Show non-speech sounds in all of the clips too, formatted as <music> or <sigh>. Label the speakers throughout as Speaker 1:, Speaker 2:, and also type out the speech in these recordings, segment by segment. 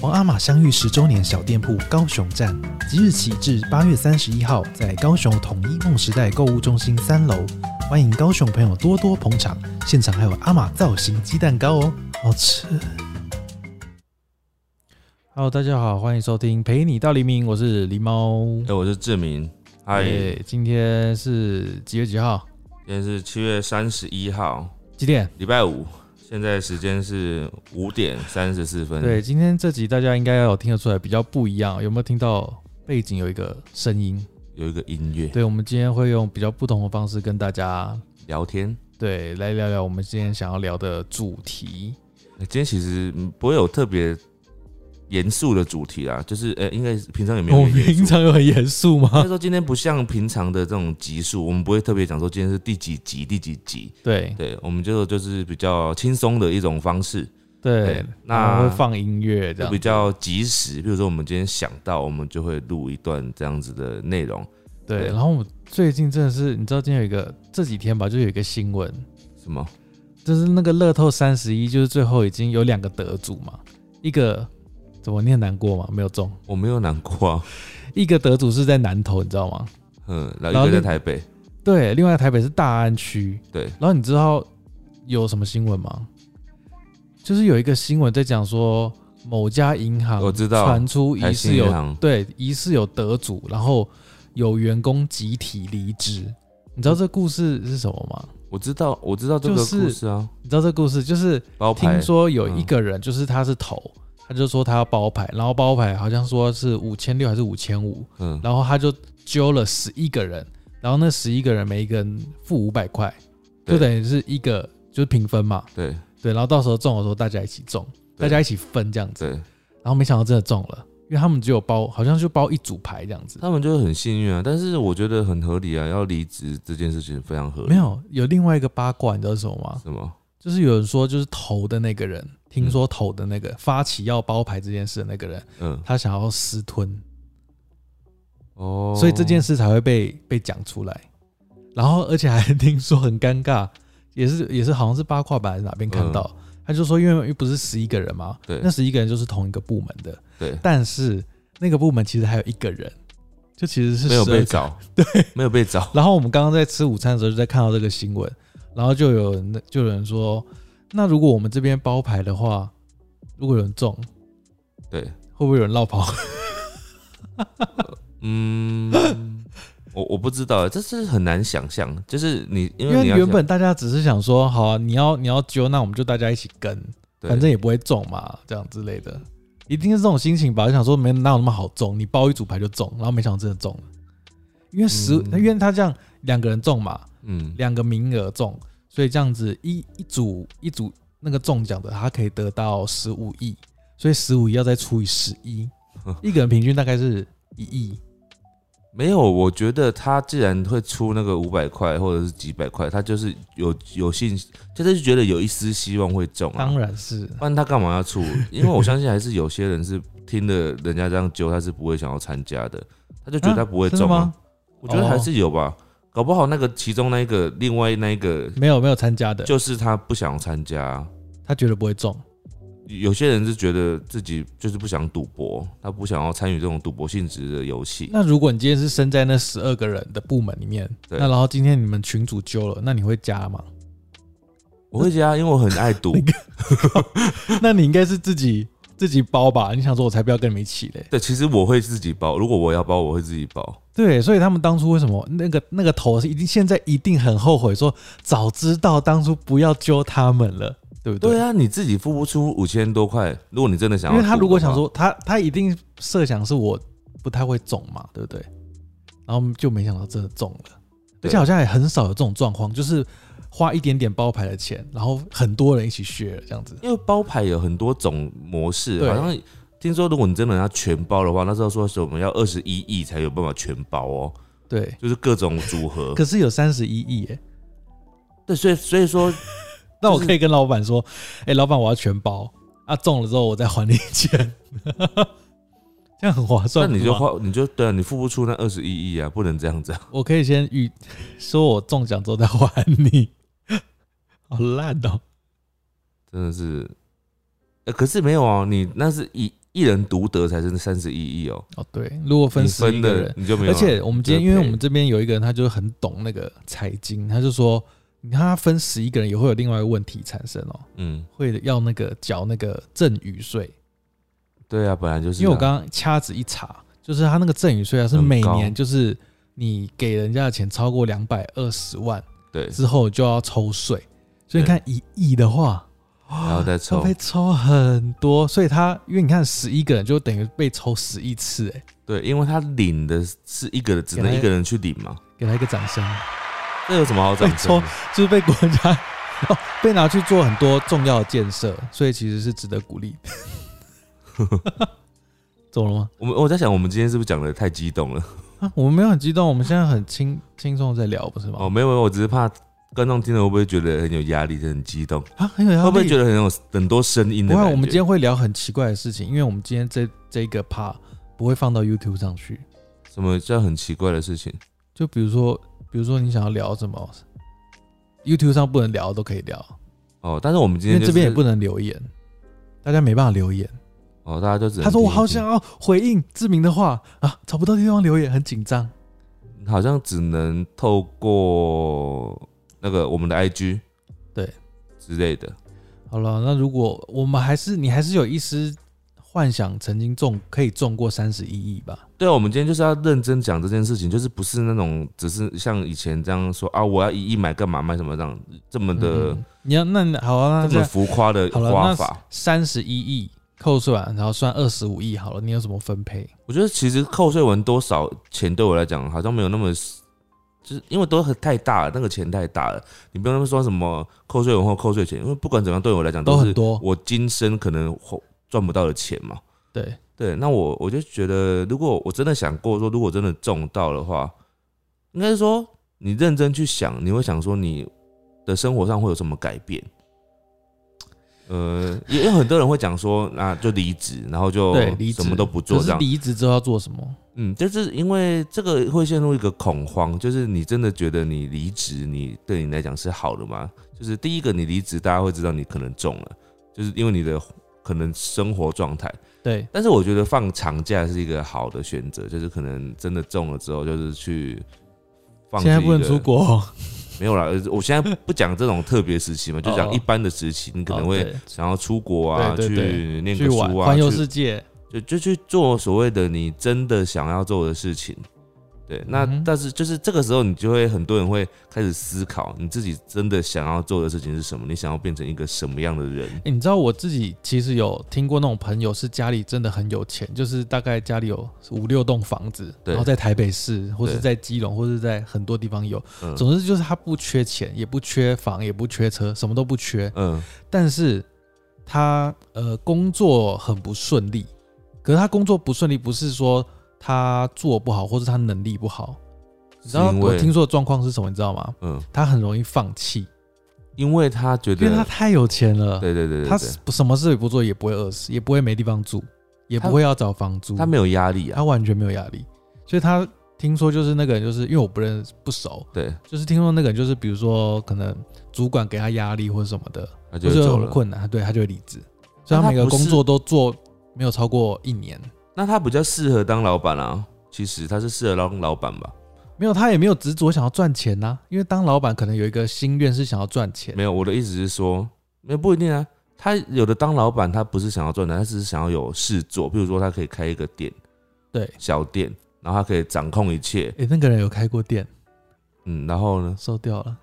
Speaker 1: 皇阿玛相遇十周年小店铺高雄站即日起至八月三十一号，在高雄统一梦时代购物中心三楼，欢迎高雄朋友多多捧场。现场还有阿玛造型鸡蛋糕哦，好吃。Hello，大家好，欢迎收听《陪你到黎明》，我是狸猫。
Speaker 2: 哎、我是志明，嗨，今
Speaker 1: 哎今天是几月几号？
Speaker 2: 天是七月三十一号，
Speaker 1: 几点？
Speaker 2: 礼拜五，现在时间是五点三十四分。
Speaker 1: 对，，今天这集大家应该要有听得出来，比较不一样。有没有听到背景有一个声音？
Speaker 2: 有一个音乐
Speaker 1: 对，我们今天会用比较不同的方式跟大家
Speaker 2: 聊天。
Speaker 1: 对来聊聊我们今天想要聊的主题。
Speaker 2: 今天其实嗯不会有特别严肃的主题啦，就是呃、应该是平常也没有
Speaker 1: 我
Speaker 2: 很严肃
Speaker 1: 哦平常有很严肃
Speaker 2: 应
Speaker 1: 吗
Speaker 2: <laughs> 该？说今天不像平常的这种集数，我们不会特别讲说今天是第几集第几集。
Speaker 1: 对
Speaker 2: 对，我们就就是比较轻松的一种方式，
Speaker 1: 对
Speaker 2: 对，
Speaker 1: 那
Speaker 2: 那
Speaker 1: 会放音乐这
Speaker 2: 就
Speaker 1: 样
Speaker 2: 比。较及时。比如说我们今天想到，我们就会录一段这样子的内容。
Speaker 1: 对，
Speaker 2: 对
Speaker 1: 然后我最近真的是，你知道今天有一个这几天吧，就有一个新闻，
Speaker 2: 什么？
Speaker 1: 就是那个乐透三十一，就是最后已经有两个得主嘛，一个怎么念难过嘛，没有中，
Speaker 2: 我没有难过啊， <laughs>
Speaker 1: 一个得主是在南投，你知道吗？
Speaker 2: 嗯，然
Speaker 1: 然
Speaker 2: 后
Speaker 1: 后
Speaker 2: 一个
Speaker 1: 另
Speaker 2: 在台北，
Speaker 1: 对，另外台北是大安区。
Speaker 2: 对
Speaker 1: 然后你知道有什么新闻吗？就是有一个新闻在讲说，某家银行
Speaker 2: 我知道
Speaker 1: 传出疑
Speaker 2: 台
Speaker 1: 似
Speaker 2: 新银
Speaker 1: 有
Speaker 2: 行，
Speaker 1: 对疑似有得主，然后有员工集体离职。你知道这故事是什么吗？
Speaker 2: 我知道，我知道这个
Speaker 1: 就
Speaker 2: 故
Speaker 1: 是
Speaker 2: 事啊，
Speaker 1: 你知道这故事就是
Speaker 2: 包
Speaker 1: 听
Speaker 2: 牌，
Speaker 1: 说有一个
Speaker 2: 嗯
Speaker 1: 人，就是他是头，他就说他要包牌，然后包牌好像说是五千六还是五千五，
Speaker 2: 嗯，
Speaker 1: 然后他就揪了十一个人，然后那十一个人每一个人付五百块，就
Speaker 2: 对
Speaker 1: 等于是一个就是平分嘛，
Speaker 2: 对
Speaker 1: 对，然后到时候中的时候大家一起中，大
Speaker 2: 对
Speaker 1: 家一起分这样子，
Speaker 2: 对，
Speaker 1: 然后没想到真的中了，因为他们只有包，好像就包一组牌这样子，
Speaker 2: 他们就是很幸运啊，但是我觉得很合理啊，要离职这件事情非常合理，
Speaker 1: 没有啊有另外一个八卦，你知道是什么吗？
Speaker 2: 什么，
Speaker 1: 就是有人说就是投的那个人，听说投的那个发起要包牌这件事的那个人，
Speaker 2: 嗯，
Speaker 1: 他想要私吞，
Speaker 2: 哦，
Speaker 1: 所以这件事才会被被讲出来。然后而且还听说很尴尬，也是 <laughs> 也是好像是八卦版还是哪边看到，他就说因为因为不是十一个人嘛，
Speaker 2: 嗯对
Speaker 1: 那十一个人就是同一个部门的，
Speaker 2: 对
Speaker 1: 但是那个部门其实还有一个人，就其实是
Speaker 2: 没有
Speaker 1: 12
Speaker 2: 被
Speaker 1: 个 <laughs>
Speaker 2: 找，没有被找，
Speaker 1: 然后我们刚刚在吃午餐的时候就在看到这个新闻，然后就有人就有人说，那如果我们这边包牌的话，如果有人中，
Speaker 2: 对，
Speaker 1: 会不会有人落跑？
Speaker 2: 嗯， <laughs> 我我不知道，啊这是很难想象，就是你因
Speaker 1: 因
Speaker 2: 为
Speaker 1: 为
Speaker 2: 你要
Speaker 1: 原
Speaker 2: 想
Speaker 1: 本大家只是想说，好啊、你要你要揪，那我们就大家一起跟，
Speaker 2: 对
Speaker 1: 反正也不会中嘛，这样之类的，一定是这种心情吧？就想说没哪有那么好中，你包一组牌就中，然后没想到真的中了，因为十，
Speaker 2: 嗯
Speaker 1: 因为他这样两个人中嘛，
Speaker 2: 嗯
Speaker 1: 两个名额中，所以这样子一一组一组那个中奖的，他可以得到十五亿，所以十五亿要再除以十
Speaker 2: <laughs>
Speaker 1: 一，一个人平均大概是一亿。
Speaker 2: 没有，我觉得他既然会出那个五百块或者是几百块，他就是有有信，就是觉得有一丝希望会中、啊。
Speaker 1: 当，然是
Speaker 2: 不然他干嘛要出？因为我相信还是有些人是听了人家这样揪，他是不会想要参加的，他就觉得他不会
Speaker 1: 真的
Speaker 2: 中、啊。
Speaker 1: 吗？
Speaker 2: 我觉得还
Speaker 1: 哦
Speaker 2: 是有吧，搞不好那个其中那一个另外那一个
Speaker 1: 没有没有参加的，
Speaker 2: 就是他不想参加啊、
Speaker 1: 他绝对不会中。
Speaker 2: 有些人是觉得自己就是不想赌博，他不想要参与这种赌博性质的游戏。
Speaker 1: 那如果你今天是生在那十二个人的部门里面，
Speaker 2: 对
Speaker 1: 那然后今天你们群主揪了，那你会加吗？ <laughs>
Speaker 2: 我会啊加，因为我很爱赌。
Speaker 1: 那你应该是自己自己包吧？你想说我才不要跟你们一起嘞。
Speaker 2: 对，其实我会自己包，如果我要包，我会自己包。
Speaker 1: 对，所以他们当初为什么那个那个头是一定现在一定很后悔说，早知道当初不要揪他们了，对不对？
Speaker 2: 对啊，你自己付不出五千多块，如果你真的想
Speaker 1: 因
Speaker 2: 要，
Speaker 1: 为他如果想，说他他一定设想是我不太会中嘛，对不对？然后就没想到真的中了，而
Speaker 2: 对
Speaker 1: 且好像也很少有这种状况，就是花一点点包牌的钱，然后很多人一起 share 这样子。
Speaker 2: 因为包牌有很多种模式，
Speaker 1: 对
Speaker 2: 好像听说如果你真的要全包的话，那时候说是我们要二十一亿才有办法全包哦，
Speaker 1: 对，
Speaker 2: 就是各种组
Speaker 1: <laughs>
Speaker 2: 合。
Speaker 1: 可是有三十一亿耶，
Speaker 2: 对，所以所以说，
Speaker 1: 那我
Speaker 2: 就是
Speaker 1: 可以跟老板说，哎、老板我要全包，啊中了之后我再还你钱， <laughs> 这样很划
Speaker 2: 那
Speaker 1: 算。
Speaker 2: 你
Speaker 1: 不
Speaker 2: 就
Speaker 1: 吗
Speaker 2: 花，你就对啊，你付不出那二十一亿啊，不能这样子啊。
Speaker 1: 我可以先预说我中奖之后再还你，好烂哦、
Speaker 2: 真的是，呃，可是没有啊，你那是一一人独得才是三十一亿哦，
Speaker 1: 哦，对，如果分
Speaker 2: 你
Speaker 1: 十一
Speaker 2: 分
Speaker 1: 个
Speaker 2: 的
Speaker 1: 人，
Speaker 2: 你就没有啊
Speaker 1: 而
Speaker 2: 了。
Speaker 1: 且我们今天，
Speaker 2: 就
Speaker 1: 因为
Speaker 2: 是
Speaker 1: 我
Speaker 2: 赔
Speaker 1: 们这边有一个人，他就是很懂那个财经，他就说，你看他分十一个人，也会有另外一个问题产生哦，
Speaker 2: 嗯，
Speaker 1: 会要那个缴那个赠与税，
Speaker 2: 对啊，本来就是啊、
Speaker 1: 因为我刚刚掐指一查，就是他那个赠与税啊，是
Speaker 2: 很
Speaker 1: 每
Speaker 2: 高
Speaker 1: 年就是你给人家的钱超过两百二十万
Speaker 2: 对，
Speaker 1: 之后就要抽税，所以你看一亿的话，
Speaker 2: 然后再
Speaker 1: 哦会
Speaker 2: 抽，
Speaker 1: 被抽很多，所以他因为你看十一个人就等于被抽十亿次，哎，
Speaker 2: 对，因为他领的是一个人，只
Speaker 1: 给
Speaker 2: 能
Speaker 1: 他
Speaker 2: 一个人去领嘛，
Speaker 1: 给他一个掌声。
Speaker 2: 这有什么好掌声的？
Speaker 1: 就是被国家、 <laughs> 哦、被拿去做很多重要的建设，所以其实是值得鼓励。 <laughs> 走了吗？
Speaker 2: 我们我在想，我们今天是不是讲的太激动了？
Speaker 1: 啊，我们没有很激动，我们现在很轻轻松地在聊，不是吗？
Speaker 2: 哦，没有没有，我只是怕观众听了会不会觉得很有压力，很激动，
Speaker 1: 啊，很有压力。
Speaker 2: 会不会觉得很有很多声音
Speaker 1: 不
Speaker 2: 的
Speaker 1: 会啊？
Speaker 2: 感
Speaker 1: 我
Speaker 2: 觉？
Speaker 1: 们今天会聊很奇怪的事情，因为我们今天这这一个 part 不会放到 YouTube 上去。
Speaker 2: 什么叫很奇怪的事情？
Speaker 1: 就比如说，比如说你想要聊什么，YouTube 上不能聊都可以聊，
Speaker 2: 哦，但是我们今
Speaker 1: 因
Speaker 2: 天、
Speaker 1: 为
Speaker 2: 就
Speaker 1: 这边也不
Speaker 2: 能
Speaker 1: 能留言，大家没办法留言。
Speaker 2: 哦，大家就只能
Speaker 1: 他说我
Speaker 2: 听一
Speaker 1: 好
Speaker 2: 听
Speaker 1: 想要回应志明的话啊，找不到地方留言，很紧张。
Speaker 2: 好像只能透过那个我们的 IG
Speaker 1: 对
Speaker 2: 之类的。
Speaker 1: 好了，那如果我们还是你还是有一丝幻想，曾经中可以中过三十一亿吧？
Speaker 2: 对啊，我们今天就是要认真讲这件事情，就是不是那种只是像以前这样说啊，我要一亿买干嘛买什么这样这么的、
Speaker 1: 嗯你要那好啊，那
Speaker 2: 这
Speaker 1: 这
Speaker 2: 么浮夸的
Speaker 1: 好了
Speaker 2: 花
Speaker 1: 那
Speaker 2: 法。
Speaker 1: 三十一亿扣税完，然后算二十五亿好了，你有什么分配？
Speaker 2: 我觉得其实扣税完多少钱对我来讲好像没有那么，就是因为都很太大了，那个钱太大了，你不用那么说什么扣税完或扣税前，因为不管怎么样对我来讲
Speaker 1: 都
Speaker 2: 是
Speaker 1: 很多
Speaker 2: 我今生可能赚不到的钱嘛。
Speaker 1: 对，
Speaker 2: 对，那我我就觉得，如果我真的想过说，如果真的中到的话，应该是说你认真去想，你会想说你的生活上会有什么改变。呃，也有很多人会讲说，那就离职，然后就
Speaker 1: 对离职
Speaker 2: 哦什么都不
Speaker 1: 可
Speaker 2: 做这
Speaker 1: 是
Speaker 2: 样。
Speaker 1: 离职之后要做什么？
Speaker 2: 嗯，就是因为这个会陷入一个恐慌，就是你真的觉得你离职，你对你来讲是好的吗？就是第一个，你离职，大家会知道你可能中了，就是因为你的可能生活状态。
Speaker 1: 对，
Speaker 2: 但是我觉得放长假是一个好的选择，就是可能真的中了之后，就是去放。
Speaker 1: 现在不能出，国，
Speaker 2: 没有啦。呃我现在不讲这种特别时期嘛，就讲一般的时期，你可能
Speaker 1: 哦
Speaker 2: 会
Speaker 1: 对
Speaker 2: 想要出国啊，
Speaker 1: 对对对
Speaker 2: 去念
Speaker 1: 去
Speaker 2: 个
Speaker 1: 玩
Speaker 2: 书啊，
Speaker 1: 环游
Speaker 2: 去
Speaker 1: 世界。
Speaker 2: 就就去做所谓的你真的想要做的事情。对，那
Speaker 1: 嗯哼
Speaker 2: 但是就是这个时候，你就会很多人会开始思考，你自己真的想要做的事情是什么？你想要变成一个什么样的人？
Speaker 1: 欸你知道我自己其实有听过那种朋友是家里真的很有钱，就是大概家里有五六栋房子，
Speaker 2: 对
Speaker 1: 然后在台北市或是
Speaker 2: 对
Speaker 1: 在基隆或是在很多地方有，
Speaker 2: 嗯
Speaker 1: 总之就是他不缺钱，也不缺房，也不缺车，什么都不缺，
Speaker 2: 嗯，
Speaker 1: 但是他呃工作很不顺利，可是他工作不顺利不是说他做不好或是他能力不好，你知道
Speaker 2: 是因
Speaker 1: 我
Speaker 2: 为
Speaker 1: 听说的状况是什么？你知道吗？
Speaker 2: 嗯，
Speaker 1: 他很容易放弃，
Speaker 2: 因为他觉
Speaker 1: 因为他
Speaker 2: 得，
Speaker 1: 太有钱了。
Speaker 2: 对对对对对，
Speaker 1: 他什么事也不做，也不会饿死，也不会没地方住，也不会要找房租，
Speaker 2: 他没有压力啊
Speaker 1: 他。完全没有压力。所以他听说就是那个人，就是因为我不认识不熟，
Speaker 2: 对，
Speaker 1: 就是听说那个人就是比如说可能主管给他压力或者什么的，
Speaker 2: 他就
Speaker 1: 或
Speaker 2: 会
Speaker 1: 者有
Speaker 2: 走
Speaker 1: 很
Speaker 2: 了。
Speaker 1: 困难，对他就会离职。所
Speaker 2: 那
Speaker 1: 以他
Speaker 2: 他
Speaker 1: 每个
Speaker 2: 不
Speaker 1: 工
Speaker 2: 是
Speaker 1: 作都做没有超过一年，
Speaker 2: 那他比较适合当老板啊，其实他是适合当老板吧？
Speaker 1: 没有他也没有执着想要赚钱呐、因为当老板可能有一个心愿是想要赚钱
Speaker 2: 没。有，我的意思是说，没有不一定啊。他有的当老板，他不是想要赚钱，他只是想要有事做。比如说，他可以开一个店，
Speaker 1: 对，
Speaker 2: 小店，然后他可以掌控一切。
Speaker 1: 诶，那个人有开过店，
Speaker 2: 嗯，然后呢，
Speaker 1: 收掉了。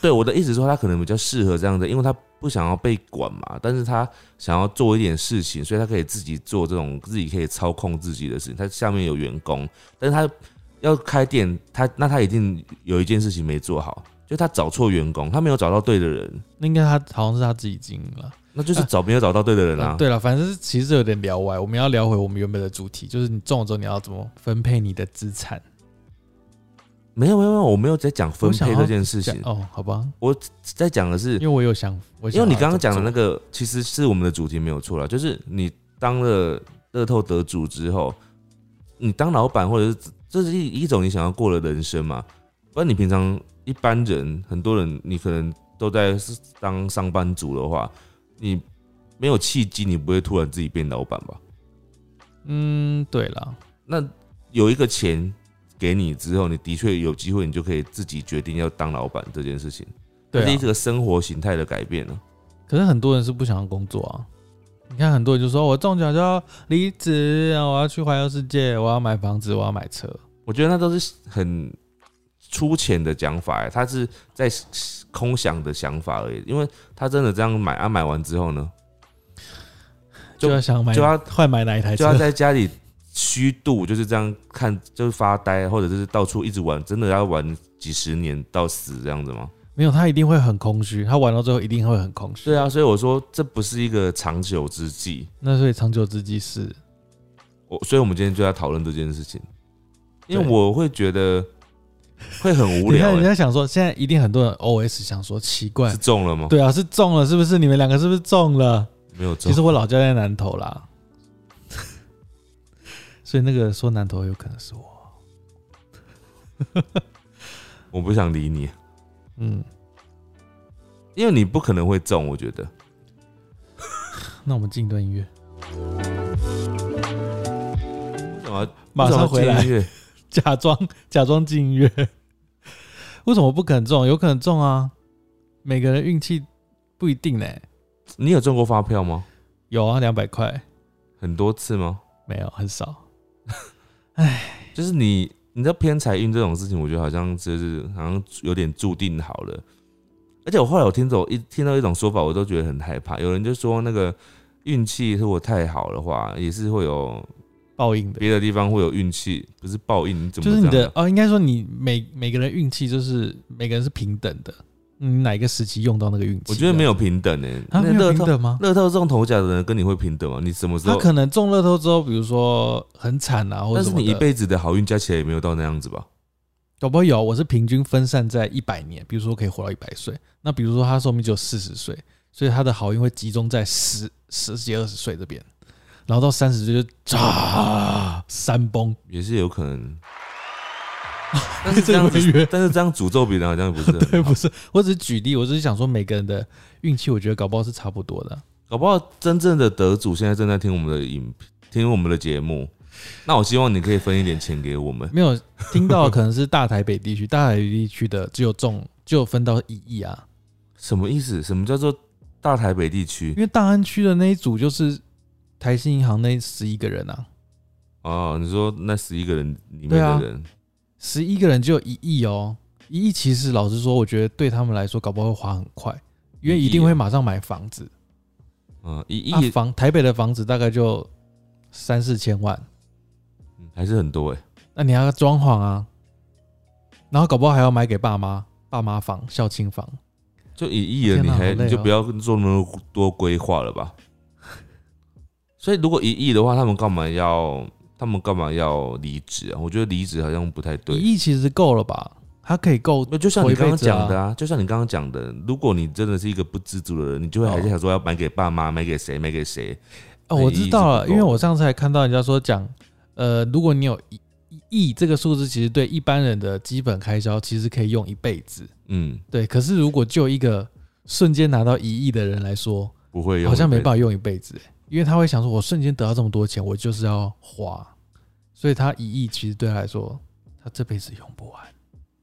Speaker 2: 对我的意思是说，他可能比较适合这样的，因为他不想要被管嘛，但是他想要做一点事情，所以他可以自己做这种自己可以操控自己的事情。他下面有员工，但是他要开店，他那他一定有一件事情没做好，就他找错员工，他没有找到对的人，
Speaker 1: 那应该他好像是他自己经营了。
Speaker 2: 那就是找没有找到对的人啊。
Speaker 1: 嗯对了，反正其实有点聊歪，我们要聊回我们原本的主题，就是你中了之后你要怎么分配你的资产。
Speaker 2: 没有没有没有，我没有在讲分
Speaker 1: 我想
Speaker 2: 配
Speaker 1: 要
Speaker 2: 这件事
Speaker 1: 这
Speaker 2: 情
Speaker 1: 样，哦，好吧，
Speaker 2: 在讲的是
Speaker 1: 因为我有想，我
Speaker 2: 因为你刚刚讲的那
Speaker 1: 个，
Speaker 2: 个其实是我们的主题没有错啦，就是你当了乐透得主之后，你当老板或者是这是一一种你想要过的人生嘛，不然你平常一般人很多人你可能都在是当上班族的话，你没有契机，你不会突然自己变老板吧？
Speaker 1: 嗯，对了，
Speaker 2: 那有一个钱给你之后，你的确有机会，你就可以自己决定要当老板这件事情。
Speaker 1: 对、
Speaker 2: 这是
Speaker 1: 啊
Speaker 2: 这。个生活形态的改变啊呢、
Speaker 1: 可是很多人是不想要工作啊。你看，很多人就说我中奖就要离职，然后我要去环游世界，我要买房子，我要买车。
Speaker 2: 我觉得那都是很粗浅的讲法、欸，他是在空想的想法而已。因为他真的这样买，啊，买完之后呢，就
Speaker 1: 就要想买，
Speaker 2: 就要
Speaker 1: 换买哪一台
Speaker 2: 就要
Speaker 1: 车？
Speaker 2: 在家里虚度，就是这样看，就是发呆，或者就是到处一直玩，真的要玩几十年到死这样子吗？
Speaker 1: 没有，他一定会很空虚，他玩到最后一定会很空虚。
Speaker 2: 对啊，所以我说这不是一个长久之计。
Speaker 1: 那所以长久之计是，
Speaker 2: 我所以我们今天就要讨论这件事情，因为
Speaker 1: 对
Speaker 2: 我会觉得会很无
Speaker 1: 你看
Speaker 2: 聊、
Speaker 1: 人
Speaker 2: 欸。
Speaker 1: 家想说，现在一定很多人 OS 想说，奇怪
Speaker 2: 是，中了吗？
Speaker 1: 对啊，是中了是不是？你们两个是不是中了？
Speaker 2: 没有中
Speaker 1: 其实。我老家在南投啦， <laughs> 所以那个说南投有可能是我。
Speaker 2: 我不想理你，
Speaker 1: 嗯，
Speaker 2: 因为你不可能会中。我觉得
Speaker 1: 那我们进一段音乐，
Speaker 2: 为什么要
Speaker 1: 马上回
Speaker 2: 为什么要
Speaker 1: 来
Speaker 2: 进，音乐
Speaker 1: 假装假装进音乐。为什么不可能中？有可能中啊！每个人运气不一定呢、
Speaker 2: 你有中过发票吗？
Speaker 1: 有啊，两百块
Speaker 2: 很多次吗？
Speaker 1: 没有，很少。
Speaker 2: 就是你，你知道偏财运这种事情，我觉得好像就是好像有点注定好了。而且我后来我听走一听到一种说法，我都觉得很害怕。有人就说那个运气如果太好的话，也是会有
Speaker 1: 报应的，
Speaker 2: 别的地方会有运气，不是报应，你怎么
Speaker 1: 就是你
Speaker 2: 这
Speaker 1: 的
Speaker 2: 样啊
Speaker 1: 哦，应该说你每每个人运气就是每个人是平等的，你哪个时期用到那个运气？
Speaker 2: 我觉得没有平等诶、
Speaker 1: 啊，没
Speaker 2: 那
Speaker 1: 有
Speaker 2: 乐
Speaker 1: 平
Speaker 2: 透
Speaker 1: 等吗？
Speaker 2: 乐透中头奖的人跟你会平等吗？你什么时
Speaker 1: 他
Speaker 2: 候？
Speaker 1: 可能中乐透之后，比如说很惨啊，或者
Speaker 2: 但
Speaker 1: 什
Speaker 2: 是
Speaker 1: 么
Speaker 2: 你一
Speaker 1: 的，
Speaker 2: 辈子的好运加起来也没有到那样子吧？
Speaker 1: 搞不好有。我是平均分散在一百年，比如说可以活到一百岁，那比如说他寿命只有四十岁，所以他的好运会集中在十十几二十岁这边，然后到三十岁就炸山崩。
Speaker 2: 也是有
Speaker 1: <laughs>
Speaker 2: 可能。但是这样
Speaker 1: 这个会
Speaker 2: 子
Speaker 1: 约，
Speaker 2: 但是这样诅咒别人好像不是很
Speaker 1: <laughs>
Speaker 2: 好
Speaker 1: <laughs> 对，不是，我只是举例，我只是想说每个人的运气，我觉得搞不好是差不多的。
Speaker 2: 搞不好真正的得主现在正在听我们的影，听我们的节目。那我希望你可以分一点钱给我们。
Speaker 1: 没有听到的可能是大台北地区，大台北地区的只有中只有分到一亿啊，
Speaker 2: 什么意思？什么叫做大台北地区
Speaker 1: 因？为大安区的那一组就是台新银行那十一个人啊，
Speaker 2: 哦，你说那十一个人里面
Speaker 1: 对啊
Speaker 2: 的人，
Speaker 1: 十一个人只有一亿哦，一亿其实老实说，我觉得对他们来说搞不好会花很快，因为一定会马上买房子，
Speaker 2: 嗯，啊一
Speaker 1: 啊
Speaker 2: 亿、
Speaker 1: 房台北的房子大概就三四千万，
Speaker 2: 嗯还是很多哎、
Speaker 1: 那你还要装潢啊，然后搞不好还要买给爸妈爸妈房孝亲房，
Speaker 2: 就一亿了，
Speaker 1: 天
Speaker 2: 你
Speaker 1: 哪
Speaker 2: 还、
Speaker 1: 好累哦
Speaker 2: 你就不要做那么多规划了吧？所以如果一亿的话，他们干嘛要他们干嘛要离职啊？我觉得离职好像不太
Speaker 1: 一
Speaker 2: 对。
Speaker 1: 亿其实够了吧？它可以够哦
Speaker 2: 那就像你刚刚讲
Speaker 1: 活一辈子
Speaker 2: 的啊，就像你刚刚讲的，如果你真的是一个不知足的人，你就会还是想说要买给爸妈，买给谁，买给谁。
Speaker 1: 哦，
Speaker 2: 那
Speaker 1: 我
Speaker 2: 一亿
Speaker 1: 知
Speaker 2: 是
Speaker 1: 道
Speaker 2: 不
Speaker 1: 了，
Speaker 2: 够
Speaker 1: 因为我上次还看到人家说讲，呃，如果你有一一亿这个数字，其实对一般人的基本开销其实可以用一辈子。
Speaker 2: 嗯，
Speaker 1: 对，可是如果就一个瞬间拿到一亿的人来说，
Speaker 2: 不会用，
Speaker 1: 好像没办法用一辈子、欸因为他会想说，我瞬间得到这么多钱，我就是要花，所以他一亿其实对他来说，他这辈子用不完，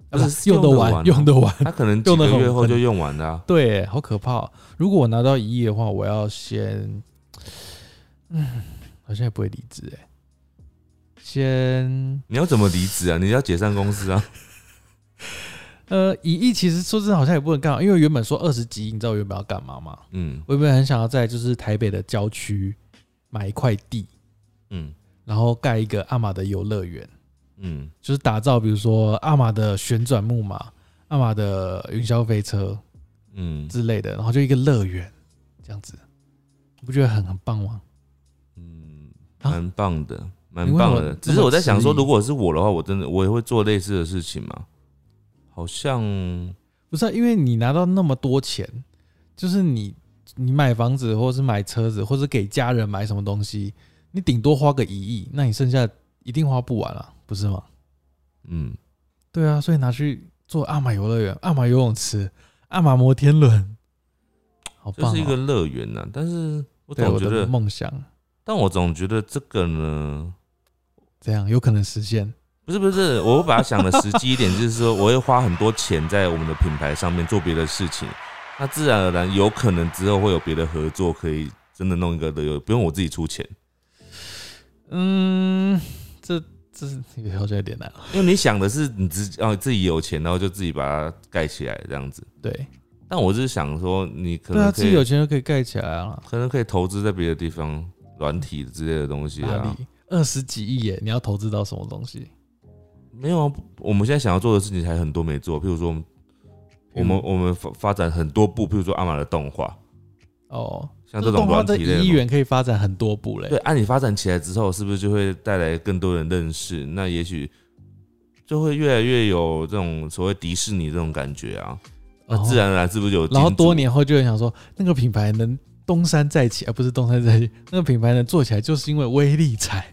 Speaker 2: 不
Speaker 1: 啊
Speaker 2: 是
Speaker 1: 不
Speaker 2: 是
Speaker 1: 用得
Speaker 2: 用得完啊
Speaker 1: 完，用得完。
Speaker 2: 他可能几个
Speaker 1: 用得
Speaker 2: 月
Speaker 1: 很
Speaker 2: 后就用完了、啊。
Speaker 1: 对欸，好可怕哦、如果我拿到一亿的话，我要先，嗯，好像也不会离职哎，先，
Speaker 2: 你要怎么离职啊？你要解散公司啊？
Speaker 1: 呃，一亿其实说真的好像也不能干嘛，因为原本说二十几亿，你知道我原本要干嘛吗？
Speaker 2: 嗯
Speaker 1: 我原本很想要在就是台北的郊区买一块地，
Speaker 2: 嗯
Speaker 1: 然后盖一个阿玛的游乐园，
Speaker 2: 嗯，
Speaker 1: 就是打造比如说阿玛的旋转木马、阿玛的云霄飞车
Speaker 2: 嗯
Speaker 1: 之类的，然后就一个乐园这样子，你不觉得很很棒吗？
Speaker 2: 嗯，
Speaker 1: 啊
Speaker 2: 蛮棒的，蛮
Speaker 1: 你为什
Speaker 2: 棒
Speaker 1: 么
Speaker 2: 的
Speaker 1: 那。
Speaker 2: 只是我在想说，
Speaker 1: 么迟疑
Speaker 2: 如果是我的话，我真的我也会做类似的事情嘛？好像
Speaker 1: 不是啊、因为你拿到那么多钱，就是你你买房子，或是买车子，或者给家人买什么东西，你顶多花个一亿，那你剩下一定花不完啊，不是吗？
Speaker 2: 嗯，
Speaker 1: 对啊，所以拿去做阿玛游乐园、阿玛游泳池、阿玛摩天轮，好
Speaker 2: 就
Speaker 1: 棒、哦！
Speaker 2: 是一个乐园呐，但是我
Speaker 1: 对
Speaker 2: 总
Speaker 1: 我
Speaker 2: 觉
Speaker 1: 的
Speaker 2: 得，
Speaker 1: 梦想，
Speaker 2: 但我总觉得这个呢，
Speaker 1: 这样有可能实现。
Speaker 2: 不是不是，我会把它想的实际一点，就是说我会花很多钱在我们的品牌上面做别的事情，那自然而然有可能之后会有别的合作，可以真的弄一个的，有不用我自己出钱，
Speaker 1: 嗯，这这是好像有点难了。
Speaker 2: 因为你想的是你自己哦自己有钱，然后就自己把它盖起来这样子。
Speaker 1: 对，
Speaker 2: 但我是想说，你可
Speaker 1: 对啊，
Speaker 2: 能
Speaker 1: 自
Speaker 2: 可
Speaker 1: 己
Speaker 2: 以、
Speaker 1: 有钱就可以盖起来啊。
Speaker 2: 可能可以投资在别的地方，软体之类的东西
Speaker 1: 哪
Speaker 2: 啊。
Speaker 1: 里？二十几亿耶！你要投资到什么东西？
Speaker 2: 没有啊，我们现在想要做的事情还很多没做，譬如说我们我
Speaker 1: 嗯
Speaker 2: 们我们发发展很多部，譬如说阿玛的动画，
Speaker 1: 哦，
Speaker 2: 像这种
Speaker 1: 动画
Speaker 2: 软
Speaker 1: 这
Speaker 2: 体类
Speaker 1: 一亿
Speaker 2: 的
Speaker 1: 元可以发展很多部嘞。
Speaker 2: 对，啊按、你发展起来之后，是不是就会带来更多人认识？那也许就会越来越有这种所谓迪士尼这种感觉啊。那
Speaker 1: 哦
Speaker 2: 自然而然是不是有金主？
Speaker 1: 然后多年后就会想说，那个品牌能东山再起，而、啊不是东山再起，那个品牌能做起来，就是因为威力彩。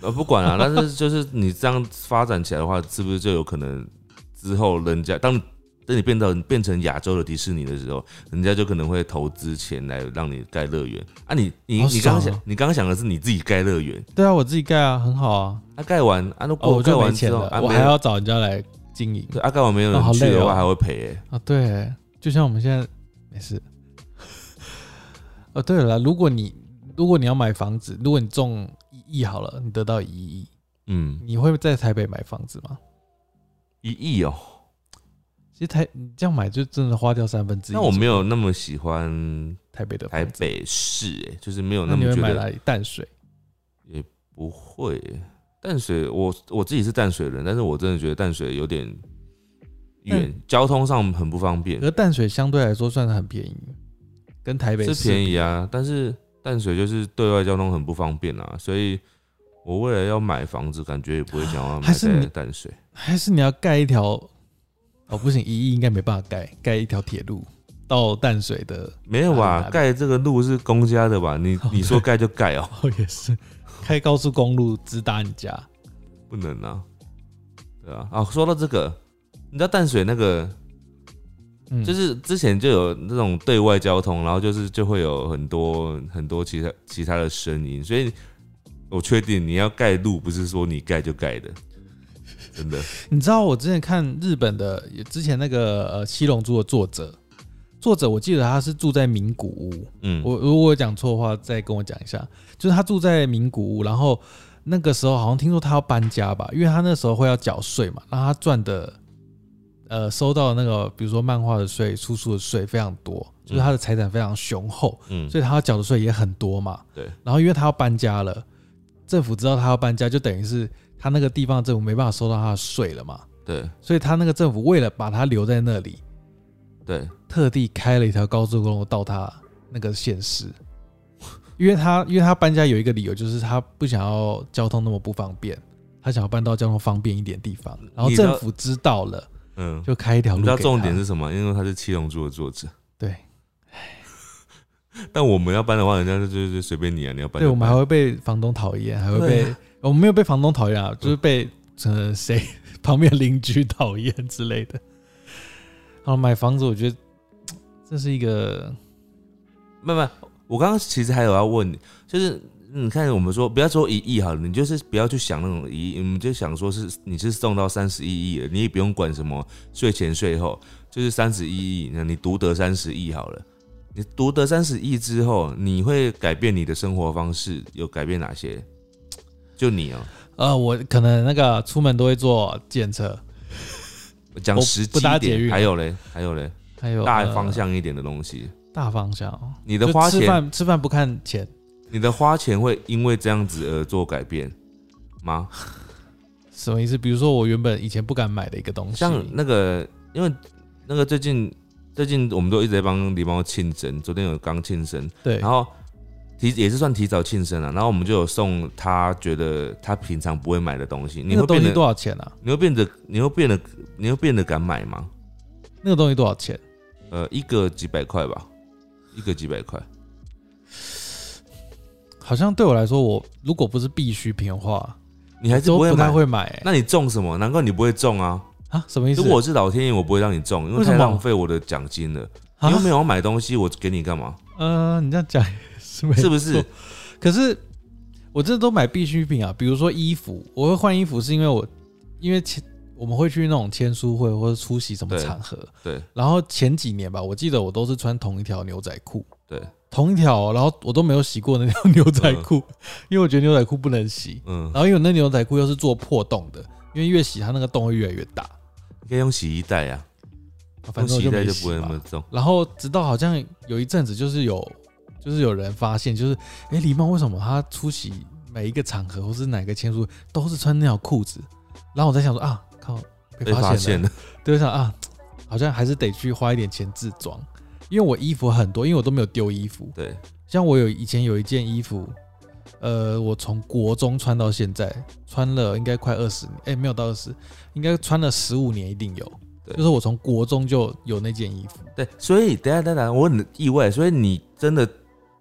Speaker 2: 呃不管了、 <laughs> 但是就是你这样发展起来的话，是不是就有可能之后人家当等你变到变成亚洲的迪士尼的时候，人家就可能会投资钱来让你盖乐园啊你？你
Speaker 1: 好
Speaker 2: 你刚
Speaker 1: 爽
Speaker 2: 刚想
Speaker 1: 哦
Speaker 2: 你刚刚想的是你自己盖乐园，
Speaker 1: 对啊，我自己盖啊，很好啊。
Speaker 2: 啊盖完啊如
Speaker 1: 哦，
Speaker 2: 果
Speaker 1: 我
Speaker 2: 盖
Speaker 1: 就
Speaker 2: 完
Speaker 1: 没钱
Speaker 2: 之后
Speaker 1: 了，
Speaker 2: 啊
Speaker 1: 我
Speaker 2: 没
Speaker 1: 还
Speaker 2: 有
Speaker 1: 要找人家来经营
Speaker 2: 对啊盖完没有
Speaker 1: 哦好
Speaker 2: 人去
Speaker 1: 累
Speaker 2: 的
Speaker 1: 哦
Speaker 2: 话还会赔欸、
Speaker 1: 啊。对，就像我们现在没事。哦，对了啦，如果你如果你要买房子，如果你中一亿好了，你得到一亿，
Speaker 2: 嗯，
Speaker 1: 你会在台北买房子吗？
Speaker 2: 一亿哦。
Speaker 1: 其实台你这样买就真的花掉三分之一。
Speaker 2: 那我没有那么喜欢
Speaker 1: 台北的
Speaker 2: 台
Speaker 1: 房子，
Speaker 2: 北市、欸，就是没有
Speaker 1: 嗯那
Speaker 2: 那
Speaker 1: 你
Speaker 2: 么
Speaker 1: 会
Speaker 2: 觉
Speaker 1: 买
Speaker 2: 得
Speaker 1: 哪里？淡水。
Speaker 2: 不会淡水，我我自己是淡水人，但是我真的觉得淡水有点
Speaker 1: 嗯
Speaker 2: 远，交通上很不方便
Speaker 1: 可。是淡水相对来说算是很便宜，跟台北
Speaker 2: 是
Speaker 1: 市
Speaker 2: 便宜啊，但是淡水就是对外交通很不方便啊，所以我为了要买房子，感觉也不会想要
Speaker 1: 还
Speaker 2: 买
Speaker 1: 是你
Speaker 2: 在淡水。
Speaker 1: 还是你要盖一条？哦，不行，一亿应该没办法盖，盖一条铁路到淡水的。
Speaker 2: 没有
Speaker 1: 哪里哪
Speaker 2: 吧？
Speaker 1: 里
Speaker 2: 盖这个路是公家的吧？
Speaker 1: <laughs>
Speaker 2: 你
Speaker 1: 哦
Speaker 2: 你说盖就盖哦、
Speaker 1: <laughs> 哦，也是，开高速公路直达你家。
Speaker 2: 不能啊，对啊。啊，说到这个，你知道淡水那个
Speaker 1: 嗯，
Speaker 2: 就是之前就有那种对外交通，然后就是就会有很多很多其他其他的声音，所以我确定你要盖路，不是说你盖就盖的，真
Speaker 1: <laughs>
Speaker 2: 的。
Speaker 1: 你知道我之前看日本的之前那个呃《七龙珠》的作者，作者我记得他是住在名古屋，
Speaker 2: 嗯，
Speaker 1: 我如果我讲错的话，再跟我讲一下。就是他住在名古屋，然后那个时候好像听说他要搬家吧，因为他那时候会要缴税嘛，然后他赚的，呃，收到的那个比如说漫画的税、出书的税非常多，就是他的财产非常雄厚，
Speaker 2: 嗯，
Speaker 1: 所以他要缴的税也很多嘛。
Speaker 2: 对。
Speaker 1: 然后因为他要搬家了，政府知道他要搬家，就等于是他那个地方政府没办法收到他的税了嘛，
Speaker 2: 对
Speaker 1: 所以他那个政府为了把他留在那里，
Speaker 2: 对，
Speaker 1: 特地开了一条高速公路到他那个县市，因为他因为他搬家有一个理由，就是他不想要交通那么不方便，他想要搬到交通方便一点的地方。然后
Speaker 2: 你知道
Speaker 1: 政府知道了，
Speaker 2: 嗯。
Speaker 1: 就开一条
Speaker 2: 你
Speaker 1: 路
Speaker 2: 知
Speaker 1: 给他。
Speaker 2: 道重点是什么？因为他是《七龙珠》的作者，
Speaker 1: 对，
Speaker 2: <laughs> 但我们要搬的话，人家就就就随便你啊，你要搬
Speaker 1: 对
Speaker 2: 就
Speaker 1: 我
Speaker 2: 搬。
Speaker 1: 们还会被房东讨厌，还会
Speaker 2: 对
Speaker 1: 被我们没有被房东讨厌啊，就是被呃谁 <laughs> 旁边邻居讨厌之类的。好，买房子我觉得这是一个
Speaker 2: 慢慢，我刚刚其实还有要问你，就是你看我们说不要说一亿好了，你就是不要去想那种一亿，我们就想说是你是中到三十一亿了，你也不用管什么税前税后，就是三十一亿，那你独得三十亿好了。你独得三十亿之后，你会改变你的生活方式，有改变哪些？就你哦、
Speaker 1: 呃，我可能那个出门都会坐检测，
Speaker 2: 讲
Speaker 1: 我
Speaker 2: 实际
Speaker 1: 不搭
Speaker 2: 一
Speaker 1: 捷
Speaker 2: 点，
Speaker 1: 运
Speaker 2: 还有嘞，还有嘞，
Speaker 1: 还有
Speaker 2: 大
Speaker 1: 呃
Speaker 2: 方向一点的东西，
Speaker 1: 大方向哦，
Speaker 2: 你的
Speaker 1: 就
Speaker 2: 花
Speaker 1: 吃
Speaker 2: 钱，
Speaker 1: 饭吃饭不看钱，
Speaker 2: 你的花钱会因为这样子而做改变吗？
Speaker 1: 什么意思？比如说我原本以前不敢买的一个东西，
Speaker 2: 像那个，因为那个最近最近我们都一直在帮狸猫庆生，昨天有刚庆生，
Speaker 1: 对
Speaker 2: 然，后提也是算提早庆生了、啊然后我们就有送他觉得他平常不会买的东西，
Speaker 1: 那
Speaker 2: 你会
Speaker 1: 个东
Speaker 2: 变
Speaker 1: 西
Speaker 2: 得
Speaker 1: 多少钱啊？
Speaker 2: 你会变得你会变得你会变得敢买吗？
Speaker 1: 那个东西多少钱？
Speaker 2: 呃，一个几百块吧，一个几百块，
Speaker 1: 好像对我来说，我如果不是必需品的话，
Speaker 2: 你还是
Speaker 1: 都
Speaker 2: 会
Speaker 1: 不
Speaker 2: 买
Speaker 1: 太。会买、欸
Speaker 2: 那你中什么？难怪你不会中啊！
Speaker 1: 啊？什么意思？
Speaker 2: 如果我是老天爷，我不会让你中，因
Speaker 1: 为
Speaker 2: 为
Speaker 1: 什
Speaker 2: 太
Speaker 1: 么
Speaker 2: 浪费我的奖金了。你又没有要买东西，我给你干嘛？
Speaker 1: 啊啊呃，你这样讲也是没
Speaker 2: 是不是
Speaker 1: 错？可是我这都买必需品啊，比如说衣服，我会换衣服是因为我因为前我们会去那种签书会或者出席什么
Speaker 2: 对
Speaker 1: 场合，
Speaker 2: 对
Speaker 1: 然后前几年吧，我记得我都是穿同一条牛仔裤，
Speaker 2: 对，
Speaker 1: 同一条哦、然后我都没有洗过那条牛仔裤，因为我觉得牛仔裤不能洗，
Speaker 2: 嗯，
Speaker 1: 然后因为我那牛仔裤又是做破洞的，因为越洗它那个洞会越来越大，
Speaker 2: 可以用洗衣袋啊，
Speaker 1: 反
Speaker 2: 用
Speaker 1: 正
Speaker 2: 洗
Speaker 1: 我就
Speaker 2: 衣袋
Speaker 1: 没
Speaker 2: 就
Speaker 1: 洗
Speaker 2: 不会那
Speaker 1: 嘛
Speaker 2: 么重。
Speaker 1: 然后直到好像有一阵子，就是有就是有人发现，就是哎，狸猫为什么他出席每一个场合或是哪个签书都是穿那条裤子？然后我在想说啊，靠，被
Speaker 2: 被
Speaker 1: 发现
Speaker 2: 发
Speaker 1: 了，
Speaker 2: 现了，
Speaker 1: 对，我想啊，好像还是得去花一点钱自装，因为我衣服很多，因为我都没有丢衣服。
Speaker 2: 对，
Speaker 1: 像我有以前有一件衣服，呃，我从国中穿到现在，穿了应该快二十年，哎、没有到二十，应该穿了十五年一定有。
Speaker 2: 对
Speaker 1: 就是我从国中就有那件衣服，
Speaker 2: 对，所以等一下等一下，我很意外，所以你真的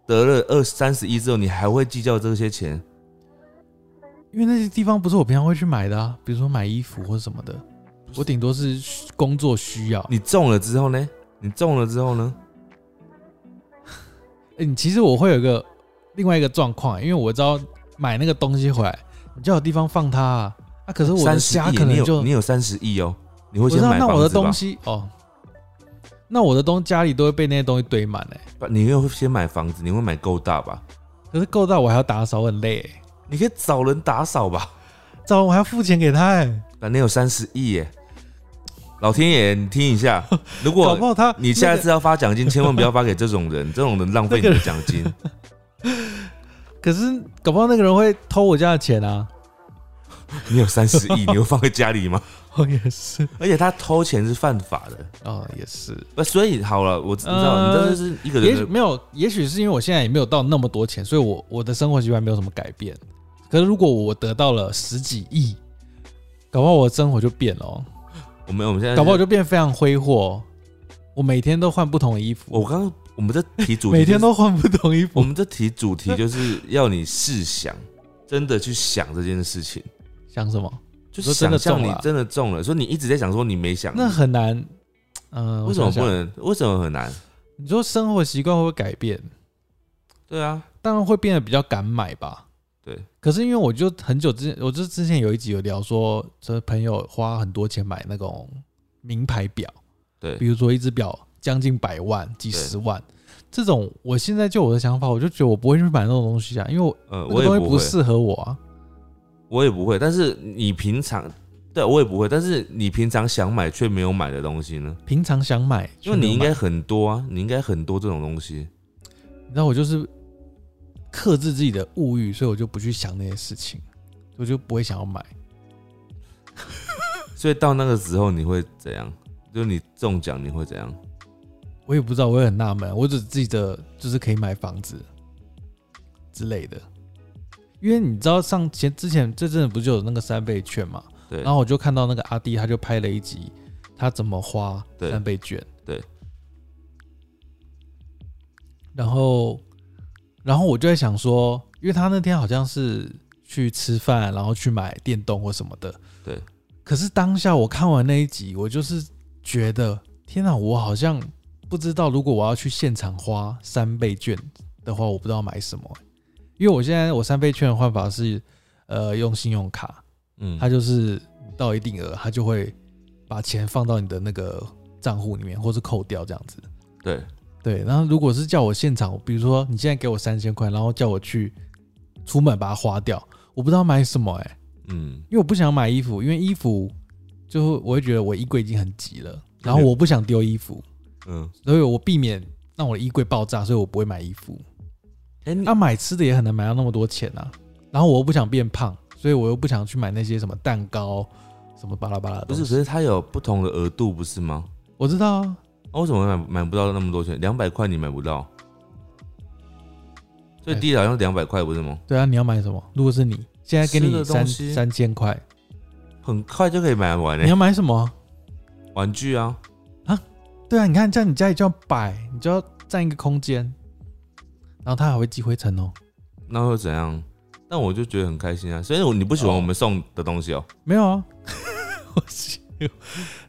Speaker 2: 得了二三十一之后，你还会计较这些钱？
Speaker 1: 因为那些地方不是我平常会去买的啊，比如说买衣服或什么的，
Speaker 2: 是
Speaker 1: 我顶多是需工作需要。
Speaker 2: 你中了之后呢？你中了之后呢？
Speaker 1: 哎、你其实我会有一个另外一个状况、啊因为我知道买那个东西回来，你就有地方放它啊。啊，可是我的
Speaker 2: 三十
Speaker 1: 家
Speaker 2: 亿，
Speaker 1: 可
Speaker 2: 你
Speaker 1: 能
Speaker 2: 有
Speaker 1: 就
Speaker 2: 你有三十亿哦，你会
Speaker 1: 我
Speaker 2: 先
Speaker 1: 知道，
Speaker 2: 买
Speaker 1: 那
Speaker 2: 房
Speaker 1: 我的
Speaker 2: 子吧
Speaker 1: 东？西哦，那我的东家里都会被那些东西堆满哎、
Speaker 2: 不你又先买房子，你会买够大吧？
Speaker 1: 可是够到我还要打扫，很累、欸，
Speaker 2: 你可以找人打扫吧？
Speaker 1: 早晚我还要付钱给他、欸，
Speaker 2: 反正有三十亿耶！老天爷，你听一下，如
Speaker 1: <laughs> 搞不
Speaker 2: 果
Speaker 1: 好他
Speaker 2: 你
Speaker 1: 那
Speaker 2: 下
Speaker 1: 个
Speaker 2: 次要发奖金，千万不要发给这种人，这种人浪费你的奖金。
Speaker 1: 可是搞不好那个人会偷我家的钱
Speaker 2: <laughs>
Speaker 1: 啊，
Speaker 2: 你有三十亿，
Speaker 1: <laughs>
Speaker 2: 你会放在家里吗？
Speaker 1: 哦也是，
Speaker 2: 而且他偷钱是犯法的，
Speaker 1: 哦也是，
Speaker 2: 不，所以好了，我知道、你这就是一个
Speaker 1: 呃也
Speaker 2: 人
Speaker 1: 许
Speaker 2: 的
Speaker 1: 没有，也许是因为我现在也没有到那么多钱，所以我我的生活习惯没有什么改变。可是如果我得到了十几亿，搞不好我的生活就变了、哦，
Speaker 2: 我们我们现在
Speaker 1: 搞不好就变非常挥霍。哦我每天都换不同的衣服，
Speaker 2: 我刚刚我们这题主题、
Speaker 1: 每天都换不同衣服，
Speaker 2: 我们这题主题就是要你试想，真的去想这件事情，
Speaker 1: 想什么？
Speaker 2: 就
Speaker 1: 说真
Speaker 2: 想
Speaker 1: 的
Speaker 2: 象
Speaker 1: 中
Speaker 2: 你
Speaker 1: 了啊
Speaker 2: 真的中了，所以你一直在想说你没想，
Speaker 1: 那很难。嗯、我
Speaker 2: 为什么
Speaker 1: 想
Speaker 2: 不
Speaker 1: 想？
Speaker 2: 能？为什么很难？
Speaker 1: 你说生活习惯会不会改变？
Speaker 2: 对啊，
Speaker 1: 当然会变得比较敢买吧。
Speaker 2: 对。
Speaker 1: 可是因为我就很久之前，我就之前有一集有聊说，这朋友花很多钱买那种名牌表，
Speaker 2: 对
Speaker 1: 比如说一只表将近百万、几
Speaker 2: 对
Speaker 1: 十万这种，我现在就我的想法，我就觉得我不会去买那种东西啊，因为我
Speaker 2: 呃，
Speaker 1: 那
Speaker 2: 我
Speaker 1: 个
Speaker 2: 也
Speaker 1: 东西
Speaker 2: 不
Speaker 1: 不
Speaker 2: 会，
Speaker 1: 适合我啊。
Speaker 2: 我也不会。但是你平常，对我也不会。但是你平常想买却没有买的东西呢？
Speaker 1: 平常想买，
Speaker 2: 因为你应
Speaker 1: 却没有买，
Speaker 2: 该很多啊，你应该很多这种东西。
Speaker 1: 你知道我就是克制自己的物欲，所以我就不去想那些事情，我就不会想要买。
Speaker 2: 所以到那个时候你会怎样？就是你中奖你会怎样？
Speaker 1: 我也不知道，我也很纳闷，我只记得就是可以买房子之类的，因为你知道上前之前这阵子不就有那个三倍券嘛，
Speaker 2: 对，
Speaker 1: 然后我就看到那个阿弟他就拍了一集他怎么花
Speaker 2: 对
Speaker 1: 三倍券，
Speaker 2: 对，
Speaker 1: 然后然后我就在想说，因为他那天好像是去吃饭，然后去买电动或什么的，
Speaker 2: 对，
Speaker 1: 可是当下我看完那一集，我就是觉得天哪，我好像不知道，如果我要去现场花三倍券的话，我不知道买什么、因为我现在我三倍券的换法是，呃，用信用卡，
Speaker 2: 嗯，
Speaker 1: 它就是到一定额，它就会把钱放到你的那个账户里面，或是扣掉这样子。
Speaker 2: 对
Speaker 1: 对，然后如果是叫我现场，比如说你现在给我三千块，然后叫我去出门把它花掉，我不知道买什么哎、
Speaker 2: 嗯，
Speaker 1: 因为我不想买衣服，因为衣服就是我会觉得我衣柜已经很挤了，然后我不想丢衣服，
Speaker 2: 嗯，
Speaker 1: 所以我避免让我的衣柜爆炸，所以我不会买衣服。
Speaker 2: 哎、你
Speaker 1: 那、买吃的也很难买到那么多钱啊，然后我又不想变胖，所以我又不想去买那些什么蛋糕、什么巴拉巴拉的
Speaker 2: 不
Speaker 1: 东
Speaker 2: 是，
Speaker 1: 西。
Speaker 2: 可是它有不同的额度，不是吗？
Speaker 1: 我知道啊，
Speaker 2: 啊、为什么买买不到那么多钱？两百块你买不到，最
Speaker 1: 哎
Speaker 2: 低的好像两百块不是吗？
Speaker 1: 对啊，你要买什么？如果是你现在给
Speaker 2: 吃
Speaker 1: 你
Speaker 2: 的
Speaker 1: 三
Speaker 2: 东西
Speaker 1: 三千块，
Speaker 2: 很快就可以买完
Speaker 1: 你
Speaker 2: 诶、
Speaker 1: 要买什么？
Speaker 2: 玩具啊，
Speaker 1: 对啊，你看，这样你家里就要摆，你就要占一个空间，然后它还会积灰尘哦。
Speaker 2: 那会怎样？但我就觉得很开心啊，所以我你不喜欢
Speaker 1: 哦
Speaker 2: 我们送的东西哦、
Speaker 1: 没有啊， <laughs> 我是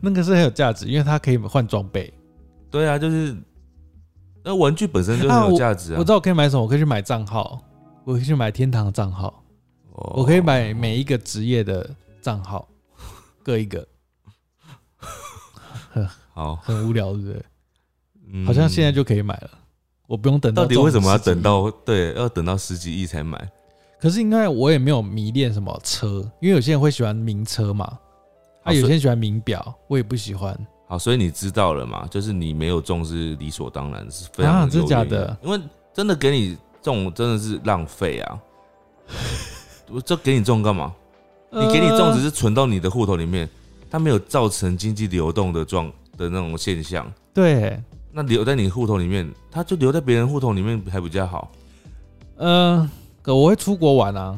Speaker 1: 那个是很有价值，因为它可以换装备。
Speaker 2: 对啊，就是那玩具本身就很有价值啊。
Speaker 1: 我知道我可以买什么，我可以去买账号，我可以去买天堂的账号，
Speaker 2: 哦
Speaker 1: 我可以买每一个职业的账号， <laughs> 各一个，
Speaker 2: 好，
Speaker 1: 很无聊，对不对？
Speaker 2: 嗯
Speaker 1: 好像现在就可以买了，我不用等到。
Speaker 2: 到底为什么要等？到对要等到十几亿才买？
Speaker 1: 可是因为我也没有迷恋什么车，因为有些人会喜欢名车嘛，啊，有些人喜欢名表，我也不喜欢。
Speaker 2: 好，所以你知道了嘛？就是你没有中是理所当然，是非常
Speaker 1: 啊
Speaker 2: 有
Speaker 1: 真的假
Speaker 2: 原因
Speaker 1: 的？
Speaker 2: 因为真的给你中真的是浪费
Speaker 1: <laughs>
Speaker 2: 啊！我这给你中干嘛？你给你中只
Speaker 1: 呃
Speaker 2: 是存到你的户头里面，它没有造成经济流动的状的那种现象。
Speaker 1: 对，
Speaker 2: 那留在你户头里面，它就留在别人户头里面还比较好。
Speaker 1: 嗯、呃，我会出国玩啊，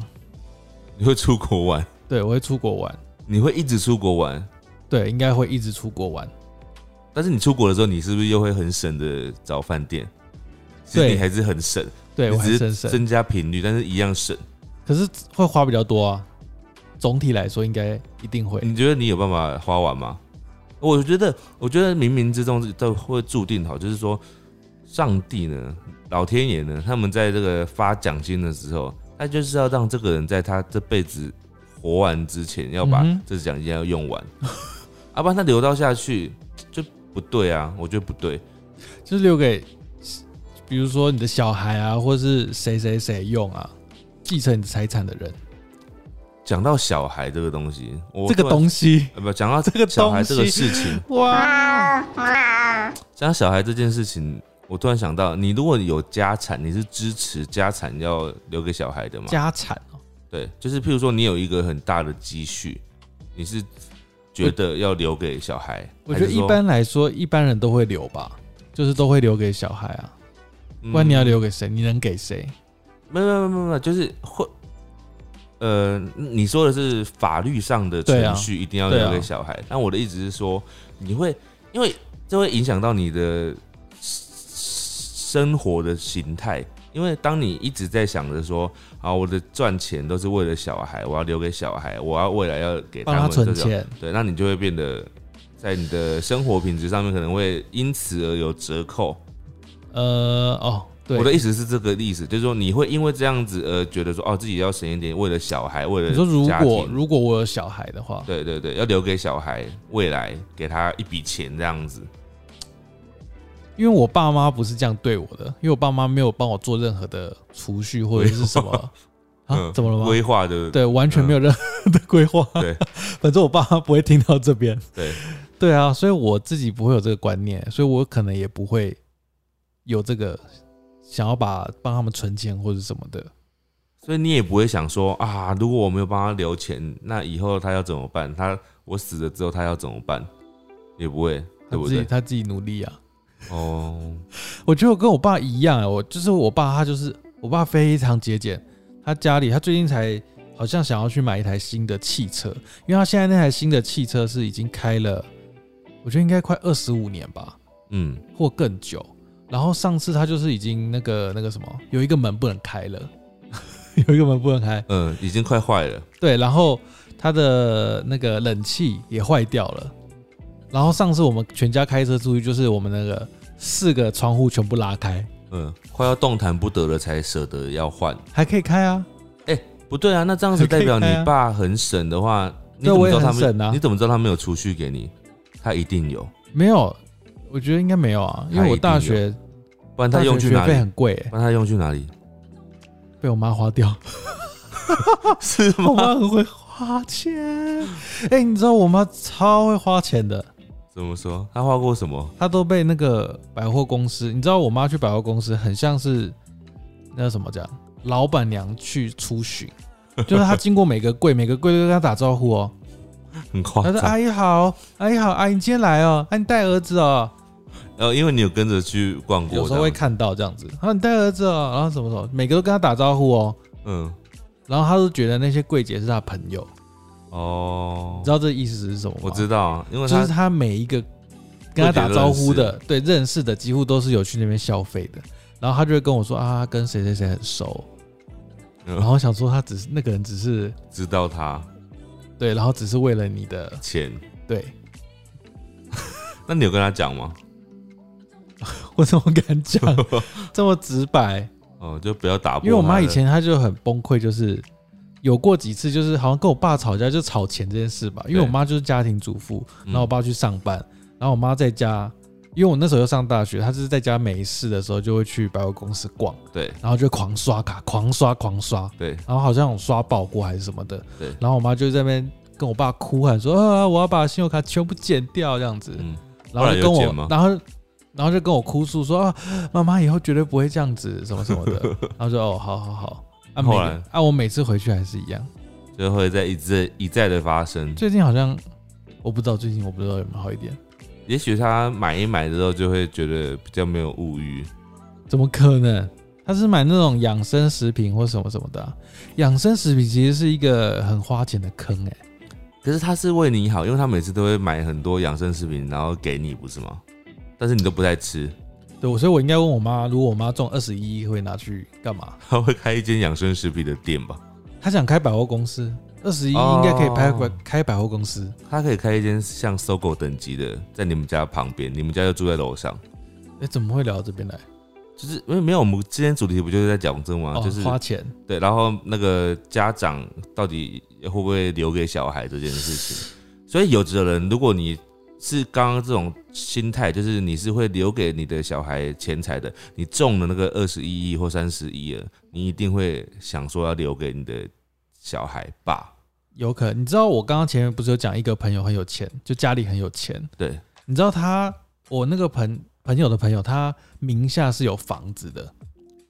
Speaker 2: 你会出国玩，
Speaker 1: 对，我会出国玩，
Speaker 2: 你会一直出国玩，
Speaker 1: 对，应该会一直出国玩。
Speaker 2: 但是你出国的时候，你是不是又会很省的找饭店？其实
Speaker 1: 对
Speaker 2: 你还是很省，
Speaker 1: 对，
Speaker 2: 你
Speaker 1: 我还
Speaker 2: 只
Speaker 1: 是很
Speaker 2: 是
Speaker 1: 省，
Speaker 2: 增加频率，但是一样省。
Speaker 1: 可是会花比较多啊。总体来说，应该一定会。
Speaker 2: 你觉得你有办法花完吗？我觉得，我觉得冥冥之中都会注定好，就是说，上帝呢，老天爷呢，他们在这个发奖金的时候，他就是要让这个人在他这辈子活完之前，要把
Speaker 1: 嗯哼
Speaker 2: 这奖金要用完， <laughs> 要、不然他留到下去就不对啊，我觉得不对。
Speaker 1: 就是留给，比如说你的小孩啊，或是谁谁谁用啊，继承你的财产的人，
Speaker 2: 讲到小孩这个东西，我
Speaker 1: 这个
Speaker 2: 突然
Speaker 1: 东西，
Speaker 2: 呃不讲到
Speaker 1: 这个
Speaker 2: 小孩这个
Speaker 1: 东西
Speaker 2: 事情，
Speaker 1: 哇，
Speaker 2: 讲到小孩这件事情，我突然想到，你如果有家产，你是支持家产要留给小孩的吗？
Speaker 1: 家产哦、
Speaker 2: 对，就是譬如说你有一个很大的积蓄，你是觉得要留给小孩？
Speaker 1: 我觉得
Speaker 2: 还是
Speaker 1: 一
Speaker 2: 说
Speaker 1: 般来说，一般人都会留吧，就是都会留给小孩啊，不然你要，留给谁？你能给谁？
Speaker 2: 嗯没有没有没有没有，就是会。呃，你说的是法律上的
Speaker 1: 对啊
Speaker 2: 程序一定要留
Speaker 1: 对
Speaker 2: 给
Speaker 1: 啊
Speaker 2: 小孩，但我的意思是说，你会因为这会影响到你的生活的形态，因为当你一直在想着说啊，我的赚钱都是为了小孩，我要留给小孩，我要未来要给
Speaker 1: 帮
Speaker 2: 他
Speaker 1: 他
Speaker 2: 们这
Speaker 1: 存
Speaker 2: 种。
Speaker 1: 钱，
Speaker 2: 对，那你就会变得在你的生活品质上面可能会因此而有折扣。
Speaker 1: 呃，哦，对，
Speaker 2: 我的意思是这个意思，就是说你会因为这样子而觉得说，哦，自己要省一点，为了小孩，为了
Speaker 1: 你说如
Speaker 2: 家
Speaker 1: 果
Speaker 2: 庭
Speaker 1: 如果我有小孩的话，
Speaker 2: 对对对，要留给小孩未来给他一笔钱这样子。
Speaker 1: 因为我爸妈不是这样对我的，因为我爸妈没有帮我做任何的储蓄或者是什么啊
Speaker 2: 嗯，
Speaker 1: 怎么了吗？
Speaker 2: 规划对不对？
Speaker 1: 对，完全没有任何的规划。
Speaker 2: 对， <laughs>
Speaker 1: 反正我爸妈不会听到这边。
Speaker 2: 对，
Speaker 1: <laughs> 对啊，所以我自己不会有这个观念，所以我可能也不会有这个想要把帮他们存钱或者什么的。
Speaker 2: 所以你也不会想说啊，如果我没有帮他留钱，那以后他要怎么办？他我死了之后他要怎么办？也不会，
Speaker 1: 他
Speaker 2: 对不
Speaker 1: 自己
Speaker 2: 对？
Speaker 1: 他自己努力啊。
Speaker 2: 哦，
Speaker 1: 我觉得我跟我爸一样、欸，我就是我爸，他就是我爸非常节俭。他家里他最近才好像想要去买一台新的汽车，因为他现在那台新的汽车是已经开了，我觉得应该快二十五年吧，
Speaker 2: 嗯，
Speaker 1: 或更久。然后上次他就是已经那个那个什么，有一个门不能开了， <laughs> 有一个门不能开，
Speaker 2: 嗯，已经快坏了。
Speaker 1: 对，然后它的那个冷气也坏掉了。然后上次我们全家开车出去，就是我们那个四个窗户全部拉开，
Speaker 2: 嗯，快要动弹不得了才舍得要换。
Speaker 1: 还可以开啊。
Speaker 2: 不对啊，那这样子代表
Speaker 1: 可
Speaker 2: 你
Speaker 1: 以开啊
Speaker 2: 爸很省的话，你
Speaker 1: 对
Speaker 2: 怎么
Speaker 1: 我
Speaker 2: 知
Speaker 1: 也
Speaker 2: 道他
Speaker 1: 很
Speaker 2: 没？
Speaker 1: 省啊
Speaker 2: 你怎么知道他没有储蓄给你？他一定有，
Speaker 1: 没有，我觉得应该没有啊，因为我大
Speaker 2: 他一
Speaker 1: 学
Speaker 2: 不然他
Speaker 1: 大
Speaker 2: 用
Speaker 1: 学
Speaker 2: 去
Speaker 1: 学
Speaker 2: 哪里
Speaker 1: 费？很贵、欸
Speaker 2: 不，然他用去哪
Speaker 1: <laughs>
Speaker 2: 里？
Speaker 1: 被我妈花
Speaker 2: <laughs>
Speaker 1: 掉。
Speaker 2: 是
Speaker 1: 我
Speaker 2: 吗？
Speaker 1: 妈很会花钱， <laughs> 哎、你知道我妈超会花钱的，
Speaker 2: <laughs> 怎么说？他花过什么？
Speaker 1: 她都被那个百货公司，你知道我妈去百货公司很像是那什么讲，老板娘去出
Speaker 2: <laughs>
Speaker 1: 巡，就是她经过每个柜，每个柜都跟她打招呼哦。
Speaker 2: 很夸
Speaker 1: 她说：“哎
Speaker 2: 张。
Speaker 1: 阿姨好，阿姨好，阿姨你今天来哦，啊你带儿子哦，
Speaker 2: 呃，因为你有跟着去逛过，
Speaker 1: 有时候会
Speaker 2: 这样
Speaker 1: 看到这样子，啊你带儿子哦，然后什么什么，每个都跟她打招呼哦。”
Speaker 2: 嗯，
Speaker 1: 然后他都觉得那些柜姐是他朋友，
Speaker 2: 哦
Speaker 1: 你知，道这意思是什么吗？
Speaker 2: 我知道啊，因为
Speaker 1: 就是
Speaker 2: 他
Speaker 1: 他每一个跟他打招呼的，对认识的几乎都是有去那边消费的。然后他就会跟我说啊，他跟谁谁谁很熟。
Speaker 2: 嗯
Speaker 1: 然后我想说他只是那个人只是
Speaker 2: 知道他
Speaker 1: 对，然后只是为了你的
Speaker 2: 钱。
Speaker 1: 对， <laughs>
Speaker 2: 那你有跟他讲吗？
Speaker 1: 我怎么敢
Speaker 2: <laughs>
Speaker 1: 讲这么直白？
Speaker 2: 哦，就不要打破他的。
Speaker 1: 因为我妈以前她就很崩溃，就是有过几次，就是好像跟我爸吵架，就吵钱这件事吧。因为
Speaker 2: 对
Speaker 1: 我妈就是家庭主妇，
Speaker 2: 嗯，
Speaker 1: 然后我爸去上班，然后我妈在家，因为我那时候又上大学，她就是在家没事的时候就会去百货公司逛，
Speaker 2: 对
Speaker 1: 然后就狂刷卡，狂刷狂刷，
Speaker 2: 对
Speaker 1: 然后好像有刷爆过还是什么的。
Speaker 2: 对
Speaker 1: 然后我妈就在那边跟我爸哭喊说：“啊，我要把信用卡全部剪掉这样子。
Speaker 2: 嗯，
Speaker 1: 然后就跟
Speaker 2: 后来有剪
Speaker 1: 我
Speaker 2: 吗，
Speaker 1: 然后然后就跟我哭诉说：“啊，妈妈以后绝对不会这样子，什么什么
Speaker 2: <laughs>
Speaker 1: 的。”然后说：“哦，好好好。”啊，每
Speaker 2: 后来
Speaker 1: 啊，我每次回去还是一样。
Speaker 2: 就会在一再一再的发生。
Speaker 1: 最近好像我不知道，最近我不知道有没有好一点。
Speaker 2: 也许他买一买之后，就会觉得比较没有物欲。
Speaker 1: 怎么可能？他是买那种养生食品或什么什么的啊、养生食品其实是一个很花钱的坑哎、
Speaker 2: 可是他是为你好，因为他每次都会买很多养生食品，然后给你，不是吗？但是你都不太吃， <laughs>
Speaker 1: 对，我所以我应该问我妈，如果我妈中二十一会拿去干嘛？
Speaker 2: 他会开一间养生食品的店吧？
Speaker 1: 她想开百货公司，二十一
Speaker 2: 哦
Speaker 1: 应该可以开百开百货公司。
Speaker 2: 他可以开一间像搜狗等级的，在你们家旁边，你们家就住在楼上，
Speaker 1: 哎、怎么会聊到这边来？
Speaker 2: 就是因为没有我们今天主题不就是在讲这吗？
Speaker 1: 哦，
Speaker 2: 啊就是
Speaker 1: 花钱。
Speaker 2: 对，然后那个家长到底会不会留给小孩这件事情？所以有的人，如果你是刚刚这种心态，就是你是会留给你的小孩钱财的，你中了那个二十一亿或三十亿了，你一定会想说要留给你的小孩吧？
Speaker 1: 有可能，你知道我刚刚前面不是有讲一个朋友很有钱，就家里很有钱。
Speaker 2: 对，
Speaker 1: 你知道他，我那个朋朋友的朋友，他名下是有房子的，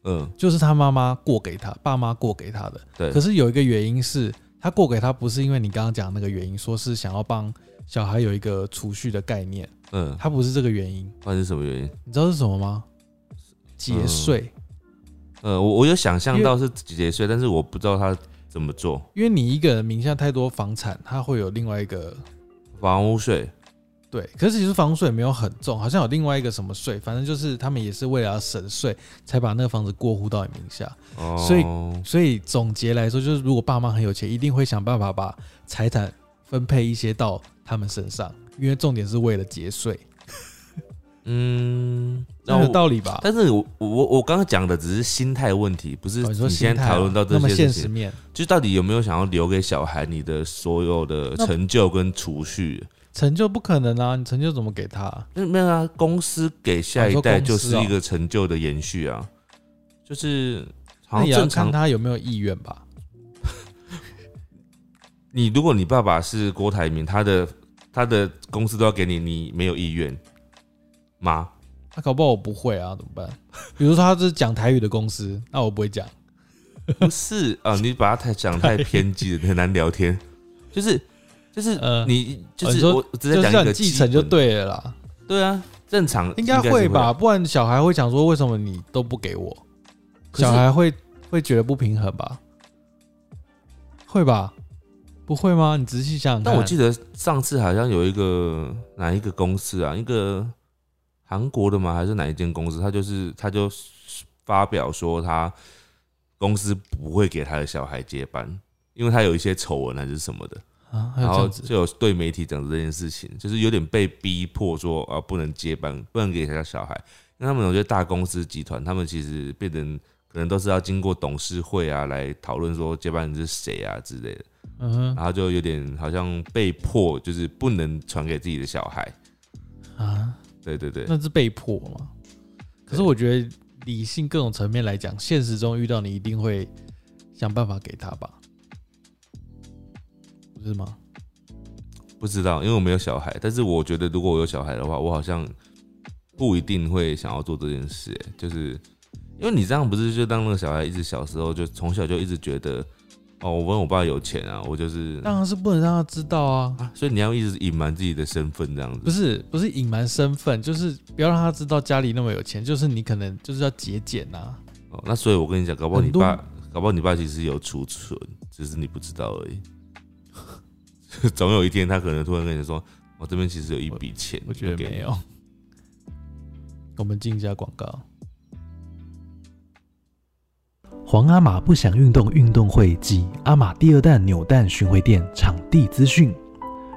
Speaker 2: 嗯，
Speaker 1: 就是他妈妈过给他，爸妈过给他的。
Speaker 2: 对
Speaker 1: 可，是有一个原因是，他过给他不是因为你刚刚讲的那个原因，说是想要帮小孩有一个储蓄的概念，
Speaker 2: 嗯，
Speaker 1: 他不是这个原因。
Speaker 2: 到底是什么原因？
Speaker 1: 你知道是什么吗？节
Speaker 2: 嗯
Speaker 1: 税，
Speaker 2: 呃，我我有想象到是几岁，但是我不知道他怎么做
Speaker 1: 因为你一个人名下太多房产，他会有另外一个
Speaker 2: 房屋税。
Speaker 1: 对，可是其实房税没有很重，好像有另外一个什么税，反正就是他们也是为了要省税，才把那个房子过户到你名下。
Speaker 2: 哦，
Speaker 1: 所以所以总结来说，就是如果爸妈很有钱，一定会想办法把财产分配一些到他们身上，因为重点是为了节税，
Speaker 2: 嗯，
Speaker 1: 那有
Speaker 2: 我
Speaker 1: 道理吧？
Speaker 2: 但是我我我我刚刚讲的只是心态问题，不是
Speaker 1: 哦你
Speaker 2: 你
Speaker 1: 说心
Speaker 2: 现在
Speaker 1: 态啊
Speaker 2: 讨论到这
Speaker 1: 那么
Speaker 2: 些
Speaker 1: 现
Speaker 2: 事
Speaker 1: 实
Speaker 2: 情，
Speaker 1: 面，
Speaker 2: 就到底有没有想要留给小孩你的所有的
Speaker 1: 那
Speaker 2: 成就跟储蓄？
Speaker 1: 成就不可能啊！你成就怎么给他啊、
Speaker 2: 那没有啊，公司给下一代
Speaker 1: 哦你说
Speaker 2: 就
Speaker 1: 公司
Speaker 2: 是
Speaker 1: 哦
Speaker 2: 一个成就的延续啊，就是好
Speaker 1: 那
Speaker 2: 像
Speaker 1: 也要
Speaker 2: 正
Speaker 1: 看
Speaker 2: 常。
Speaker 1: 他有没有意愿吧。
Speaker 2: 你如果你爸爸是郭台铭，他的他的公司都要给你，你没有意愿
Speaker 1: <laughs>
Speaker 2: 吗？
Speaker 1: 他、搞不好我不会啊，怎么办？ <laughs> 比如说他是讲台语的公司，那我不会讲。
Speaker 2: 不是啊，你把他太讲太偏激了，很难聊天。就是就是
Speaker 1: 呃
Speaker 2: 你就
Speaker 1: 哦你
Speaker 2: 是
Speaker 1: 说
Speaker 2: 我直
Speaker 1: 就
Speaker 2: 接
Speaker 1: 是
Speaker 2: 讲
Speaker 1: 叫
Speaker 2: 一
Speaker 1: 你
Speaker 2: 个
Speaker 1: 继
Speaker 2: 基
Speaker 1: 承就
Speaker 2: 本的
Speaker 1: 对了啦，
Speaker 2: 对啊，正常
Speaker 1: 应该
Speaker 2: 是啊
Speaker 1: 会吧？？不然小孩会想说为什么你都不给我？
Speaker 2: 可是
Speaker 1: 小孩会会觉得不平衡吧？会吧？不会吗？你仔细想想看。
Speaker 2: 但我记得上次好像有一个哪一个公司啊，一个韩国的吗？还是哪一间公司？他就是他就发表说他公司不会给他的小孩接班，因为他有一些丑闻还是什么的，
Speaker 1: 啊，还有
Speaker 2: 然
Speaker 1: 这
Speaker 2: 后
Speaker 1: 样子，
Speaker 2: 就有对媒体讲这件事情，就是有点被逼迫说啊，不能接班，不能给他小孩。因为他们我觉得大公司集团，他们其实变成可能都是要经过董事会啊来讨论说接班人是谁啊之类的。
Speaker 1: 嗯
Speaker 2: 然后就有点好像被迫，就是不能传给自己的小孩。
Speaker 1: 哼啊，
Speaker 2: 对对对，
Speaker 1: 那是被迫嘛。可是
Speaker 2: 对
Speaker 1: 我觉得理性各种层面来讲，现实中遇到你一定会想办法给他吧，不是吗？
Speaker 2: 不知道，因为我没有小孩，但是我觉得如果我有小孩的话，我好像不一定会想要做这件事、欸就是因为你这样不是就让那个小孩一直小时候就从小就一直觉得，哦，我问我爸有钱啊，我就是
Speaker 1: 当然是不能让他知道啊，
Speaker 2: 啊，所以你要一直隐瞒自己的身份这样子。
Speaker 1: 不是不是隐瞒身份，就是不要让他知道家里那么有钱，就是你可能就是要节俭呐、啊。
Speaker 2: 哦，那所以我跟你讲，搞不好你
Speaker 1: 很多
Speaker 2: 爸，搞不好你爸其实有储存，只是你不知道而已。 <laughs> 总有一天，他可能突然跟你说：“我这边其实有一笔钱。
Speaker 1: 我觉得
Speaker 2: 给你
Speaker 1: 没有。我们进一下广告。
Speaker 3: 皇阿玛不想运动运动会及阿玛第二弹扭蛋巡回店场地资讯：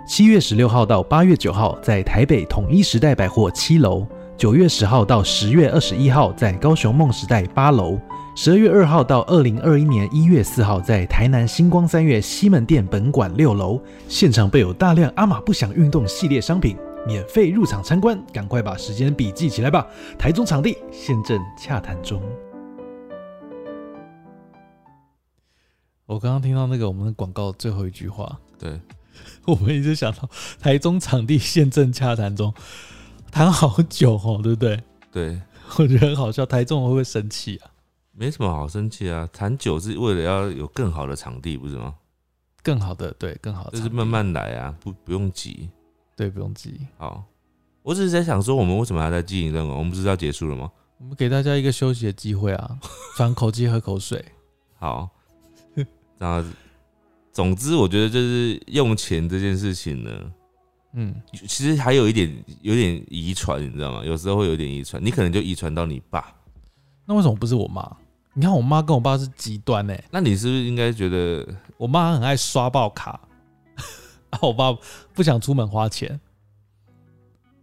Speaker 3: 七月十六号到八月九号在台北统一时代百货七楼，九月十号到十月二十一号在高雄梦时代八楼，十二月二号到二零二一年一月四号在台南星光三月西门店本馆六楼，现场备有大量阿玛不想运动系列商品，免费入场参观，赶快把时间笔记起来吧。台中场地现正洽谈中。
Speaker 1: 我刚刚听到那个我们的广告最后一句话， <laughs>
Speaker 2: 对，
Speaker 1: 我们一直想到台中场地现正洽谈中，谈好久哦，对不对？
Speaker 2: 对，
Speaker 1: 我觉得很好笑，台中会不会生气啊？
Speaker 2: 没什么好生气啊。谈酒是为了要有更好的场地，不是吗？
Speaker 1: 更好的，对，更好的哦
Speaker 2: 就
Speaker 1: 场
Speaker 2: 是
Speaker 1: 地，
Speaker 2: 慢慢来啊，不不用急。
Speaker 1: 对，不用急。
Speaker 2: 好，我只是在想说，我们为什么还在经营这个？我们不是要结束了吗？
Speaker 1: 我们给大家一个休息的机会
Speaker 2: <laughs>
Speaker 1: 啊，喘口气，喝口水。
Speaker 2: 好， <laughs> 那总之我觉得就是用钱这件事情呢，
Speaker 1: 嗯，
Speaker 2: 其实还有一点有点遗传，你知道吗？有时候会有点遗传，你可能就遗传到你爸。
Speaker 1: 那为什么不是我妈？你看我妈跟我爸是极端哎、
Speaker 2: 那你是不是应该觉得
Speaker 1: 我妈很爱刷爆卡， <laughs> 啊，我爸不想出门花钱，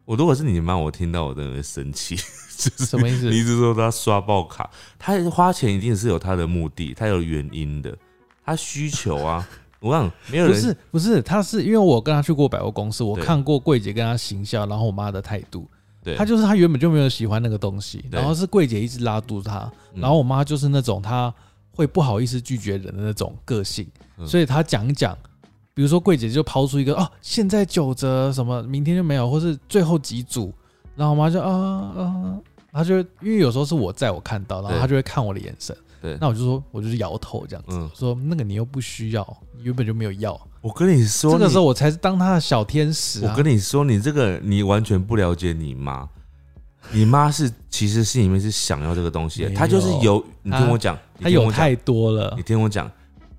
Speaker 2: 我如果是你妈，我听到我真的会生 <laughs> 气。就是
Speaker 1: 什么意思
Speaker 2: 你一直说她刷爆卡，她花钱一定是有她的目的，她有原因的，她需求啊。我想没有
Speaker 1: 不
Speaker 2: 人
Speaker 1: 是不是，他是因为我跟他去过百货公司，我
Speaker 2: 对
Speaker 1: 看过柜姐跟他行销，然后我妈的态度，
Speaker 2: 对，
Speaker 1: 她就是她原本就没有喜欢那个东西，
Speaker 2: 对
Speaker 1: 然后是柜姐一直拉住她，
Speaker 2: 嗯
Speaker 1: 然后我妈就是那种她会不好意思拒绝人的那种个性，
Speaker 2: 嗯
Speaker 1: 所以她讲一讲，比如说柜姐就抛出一个哦，现在九折，什么明天就没有，或是最后几组，然后我妈就啊啊，她就因为有时候是我在我看到，然后
Speaker 2: 对
Speaker 1: 她就会看我的眼神，
Speaker 2: 对
Speaker 1: 那我就说我就是摇头这样子，
Speaker 2: 嗯
Speaker 1: 说那个你又不需要，你原本就没有要，
Speaker 2: 我跟你说，
Speaker 1: 这个
Speaker 2: 你
Speaker 1: 时候我才是当她的小天使啊
Speaker 2: 我，跟你说，你这个你完全不了解你妈，你妈是其实心里面是想要这个东西的，
Speaker 1: 没有
Speaker 2: 她就是有，你听
Speaker 1: 她
Speaker 2: 我讲，你
Speaker 1: 她
Speaker 2: 听
Speaker 1: 有
Speaker 2: 我讲，
Speaker 1: 太多了
Speaker 2: 你，听我讲，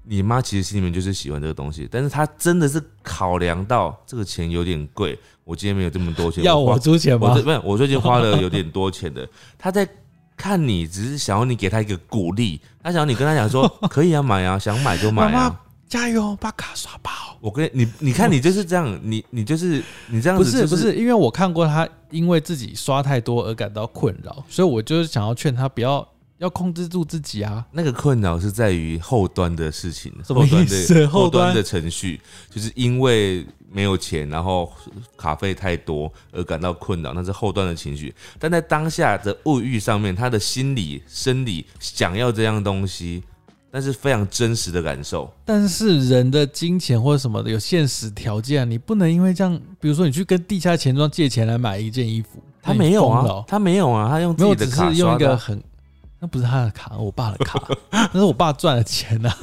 Speaker 2: 你妈其实心里面就是喜欢这个东西，但是她真的是考量到这个钱有点贵，我今天没有这么多钱，
Speaker 1: 要
Speaker 2: 我花
Speaker 1: 我出钱
Speaker 2: 我
Speaker 1: 吗
Speaker 2: 最？不是，我最近花了有点多钱的。他在看你，只是想要你给他一个鼓励，他想要你跟他讲说，可以啊，买啊，想买就买
Speaker 1: <laughs> 妈
Speaker 2: 啊
Speaker 1: 妈。加油，把卡刷爆。
Speaker 2: 我跟你，你看你就是这样，你你就是你这样
Speaker 1: 不
Speaker 2: 子、
Speaker 1: 是不
Speaker 2: 就
Speaker 1: 是，因为我看过他因为自己刷太多而感到困扰，所以我就是想要劝他不要要控制住自己啊。
Speaker 2: 那个困扰是在于后端的事情，
Speaker 1: 什么
Speaker 2: 后端
Speaker 1: 意思 <laughs>
Speaker 2: 的
Speaker 1: 后
Speaker 2: 后端
Speaker 1: 端
Speaker 2: 的程序，就是因为没有钱，然后卡费太多而感到困扰，那是后端的情绪。但在当下的物欲上面，他的心理、生理想要这样东西，但是非常真实的感受。
Speaker 1: 但是人的金钱或者什么的有现实条件啊，你不能因为这样，比如说你去跟地下钱庄借钱来买一件衣服，
Speaker 2: 他
Speaker 1: 那你
Speaker 2: 没有
Speaker 1: 疯了哦
Speaker 2: 啊，他没有啊，他用自
Speaker 1: 没有，
Speaker 2: 己的
Speaker 1: 只
Speaker 2: 卡
Speaker 1: 是用
Speaker 2: 刷
Speaker 1: 一个
Speaker 2: 的。
Speaker 1: 很，那不是他的卡，我爸的卡，那是我爸赚的钱啊，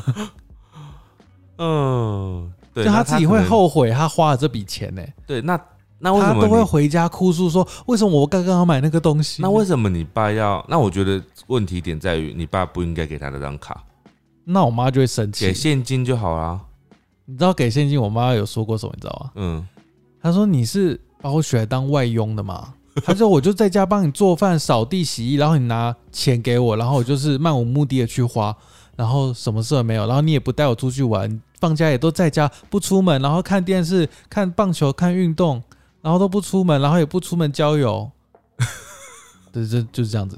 Speaker 2: 嗯， <laughs> 对，
Speaker 1: 就
Speaker 2: 那
Speaker 1: 他自己
Speaker 2: 可
Speaker 1: 会
Speaker 2: 能。
Speaker 1: 后悔他花了这笔钱呢、
Speaker 2: 对，那那为
Speaker 1: 他
Speaker 2: 什么
Speaker 1: 都会
Speaker 2: 你
Speaker 1: 回家哭诉说为什么我刚刚要买那个东西？
Speaker 2: 那为什么你爸要？那我觉得问题点在于，你爸不应该给他那张卡，
Speaker 1: 那我妈就会生气
Speaker 2: 给，现金就好
Speaker 1: 啊
Speaker 2: 啦。
Speaker 1: 你知道给现金，我妈有说过什么？你知道吗？
Speaker 2: 嗯，
Speaker 1: 她说你是把我娶来当外佣的嘛？她说我就在家帮你做饭、扫地、洗衣，然后你拿钱给我，然后我就是漫无目的的去花，然后什么事儿没有，然后你也不带我出去玩，放假也都在家不出门，然后看电视、看棒球、看运动，然后都不出门，然后也不出门郊游。 <laughs> 对，这就是这样子。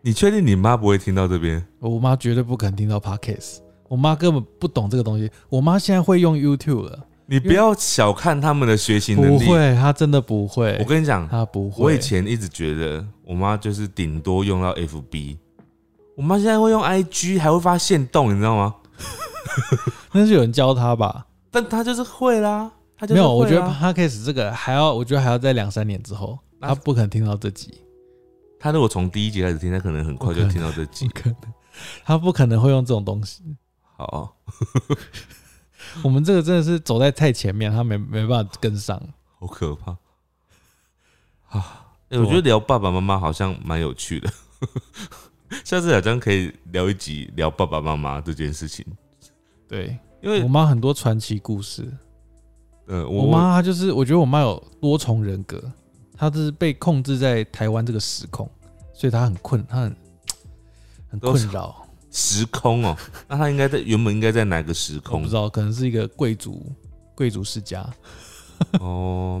Speaker 2: 你确定你妈不会听到这边？
Speaker 1: 我妈绝对不肯听到 podcast，我妈根本不懂这个东西。我妈现在会用 YouTube 了，
Speaker 2: 你不要小看他们的学习能
Speaker 1: 不
Speaker 2: 力。
Speaker 1: 会，她真的不会。
Speaker 2: 我跟你讲，
Speaker 1: 他不会。
Speaker 2: 我以前一直觉得我妈就是顶多用到 FB，我妈现在会用 IG，还会发现动，你知道吗？
Speaker 1: 那是有人教他吧？
Speaker 2: 但她就是会啦，她就是啊
Speaker 1: 没
Speaker 2: 会
Speaker 1: 有，
Speaker 2: 啦
Speaker 1: 我觉得 podcast 这个还要，我觉得还要在两三年之后，
Speaker 2: 那
Speaker 1: 他不可能听到这集，
Speaker 2: 她如果从第一集开始听，她可能很快就听到这集
Speaker 1: 不。可能，他不可能会用这种东西。
Speaker 2: 好，
Speaker 1: 我们这个真的是走在太前面，他没没办法跟上。
Speaker 2: 好可怕啊！欸我觉得聊爸爸妈妈好像蛮有趣的， <laughs> 下次好像可以聊一集聊爸爸妈妈这件事情，
Speaker 1: 对
Speaker 2: 因为
Speaker 1: 我妈很多传奇故事，
Speaker 2: 呃，我
Speaker 1: 我妈她就是，我觉得我妈有多重人格，她是被控制在台湾这个时空，所以她很困，她很很
Speaker 2: 多
Speaker 1: 困
Speaker 2: 重
Speaker 1: 扰。
Speaker 2: 时空哦，那他应该在原本应该在哪个时
Speaker 1: 我不
Speaker 2: 空
Speaker 1: 知？道，可能是一个贵族贵族世家。
Speaker 2: 哦，